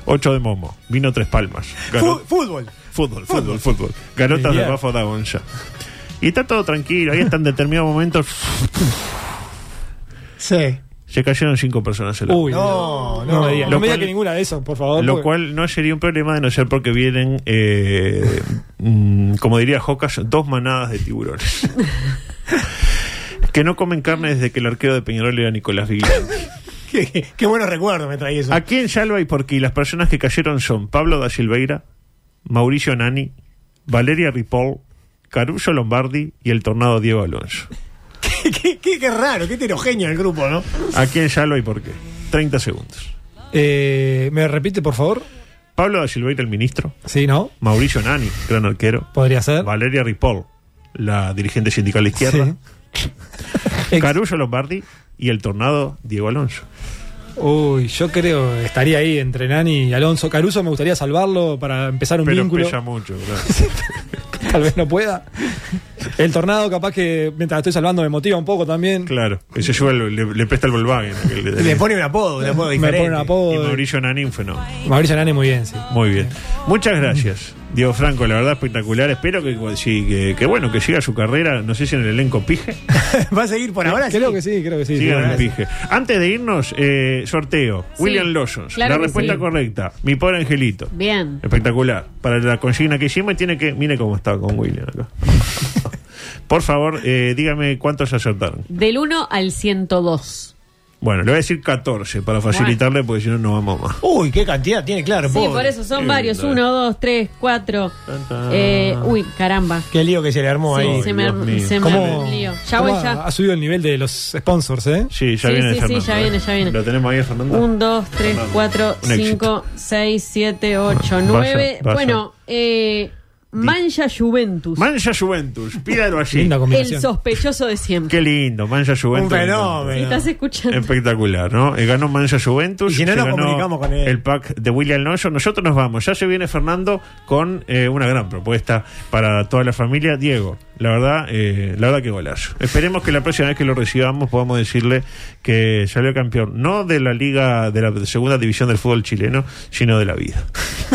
S3: 8 de Momo, vino Tres Palmas, ganó-
S5: Fu- Fútbol.
S3: fútbol, fútbol, fútbol, ganotas
S7: Bien.
S3: de Rafa Dawon ya. Y está todo tranquilo, ahí está en determinado momento,
S5: Sí.
S3: se cayeron cinco personas. al agua.
S7: Uy,
S5: No,
S7: no,
S5: no.
S7: no, me digas.
S3: Lo
S7: No me digas
S3: cual-
S7: que ninguna de esas, por favor.
S3: Lo
S7: porque-
S3: cual no sería un problema de no ser porque vienen, eh, mm, como diría Jocas, dos manadas de tiburones. que no comen carne desde que el arquero de Peñarol era Nicolás Vigliani.
S5: Qué, qué- qué buenos recuerdos me traía eso.
S3: Aquí en Yalba y Porquí las personas que cayeron son Pablo da Silveira, Mauricio Nani, Valeria Ripoll, Caruso Lombardi y el tornado Diego Alonso.
S5: Qué, qué- qué- qué raro, qué heterogéneo el grupo, ¿no?
S3: Aquí en Yalba y Porquí. 30 segundos.
S7: Eh, ¿Me repite, por favor?
S3: Pablo da Silveira, el ministro.
S7: Sí, ¿no?
S3: Mauricio Nani, gran arquero.
S7: Podría ser.
S3: Valeria Ripoll, la dirigente sindical izquierda.
S7: Ex-
S3: Carullo Lombardi y el tornado Diego Alonso.
S7: Uy, yo creo que estaría ahí entre Nani y Alonso. Caruso me gustaría salvarlo para empezar un
S3: Pero
S7: vínculo.
S3: pesa mucho, claro.
S7: Tal vez no pueda. El tornado, capaz que mientras estoy salvando, me motiva un poco también.
S3: claro. Ese yo le, le- le presta el Volkswagen. que le-
S5: Le pone un apodo, un apodo
S7: Me
S5: diferente.
S7: pone un apodo.
S3: y Mauricio Nani un fenómeno.
S7: Mauricio Nani, muy bien, sí.
S3: Muy bien. Muchas gracias, Diego Franco. La verdad espectacular. Espero que, sí, que, que bueno, que siga su carrera. No sé si en el elenco pije.
S5: Va a seguir por ahora.
S7: creo que sí, creo que sí.
S3: Siga en
S7: creo
S3: el
S7: que sí.
S3: pije. Antes de irnos, eh, sorteo.
S4: Sí,
S3: William Lawson.
S4: claro
S3: la
S4: que
S3: respuesta
S4: sí.
S3: correcta. Mi pobre angelito.
S4: Bien.
S3: Espectacular. Para la consigna que hicimos, tiene que. Mire cómo está con William acá. Por favor, eh, dígame cuántos acertaron.
S4: Del 1 al 102.
S3: Bueno, le voy a decir 14 para facilitarle, porque si no, no vamos más.
S5: Uy, qué cantidad tiene, claro.
S4: Sí,
S5: pobre.
S4: por eso son
S3: Qué
S4: varios.
S3: lindo,
S4: Uno, dos, tres, cuatro. Eh, uy, caramba.
S5: Qué lío que se le armó
S4: Sí,
S5: ahí.
S4: se me,
S3: Dios mío.
S4: se me
S7: ¿Cómo-
S4: lío. Ya
S7: cómo
S4: voy
S7: ha-
S4: ya.
S7: Ha subido el nivel de los sponsors, ¿eh?
S3: Sí, ya
S4: Sí,
S3: viene
S4: sí, sí,
S3: Fernando.
S4: ya
S3: ¿eh?
S4: viene, ya viene.
S3: ¿Lo tenemos ahí, Fernando?
S4: 1, 2, 3,
S3: Fernando.
S4: 4,
S3: Un éxito.
S4: 5, 6, 7, 8,
S3: Vaya,
S4: 9.
S3: vaya.
S4: Bueno, eh, Mancha Juventus.
S3: Mancha Juventus, pídalo allí.
S7: Linda
S4: el
S7: combinación.
S4: sospechoso de siempre.
S3: Qué lindo, Mancha Juventus.
S5: Un fenómeno.
S4: Si estás escuchando.
S3: Espectacular, ¿no? Eh, Ganó Mancha Juventus.
S5: Y si no,
S3: se
S5: nos
S3: ganó
S5: comunicamos con él.
S3: El pack de William Noyo. Nosotros nos vamos. Ya se viene Fernando con eh, una gran propuesta para toda la familia. Diego, la verdad, eh, la verdad que golazo. Esperemos que la próxima vez que lo recibamos podamos decirle que salió campeón, no de la liga, de la segunda división del fútbol chileno, sino de la vida.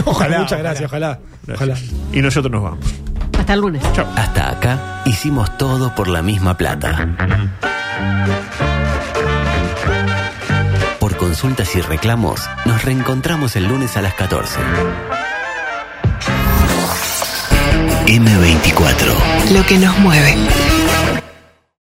S5: Ojalá,
S7: Muchas
S5: ojalá.
S7: gracias, ojalá. Ojalá.
S3: Gracias. Y nosotros nos vamos.
S4: Hasta el lunes.
S1: Hasta acá hicimos todo por la misma plata. Por consultas y reclamos, nos reencontramos el lunes a las 14. M24.
S2: Lo que nos mueve.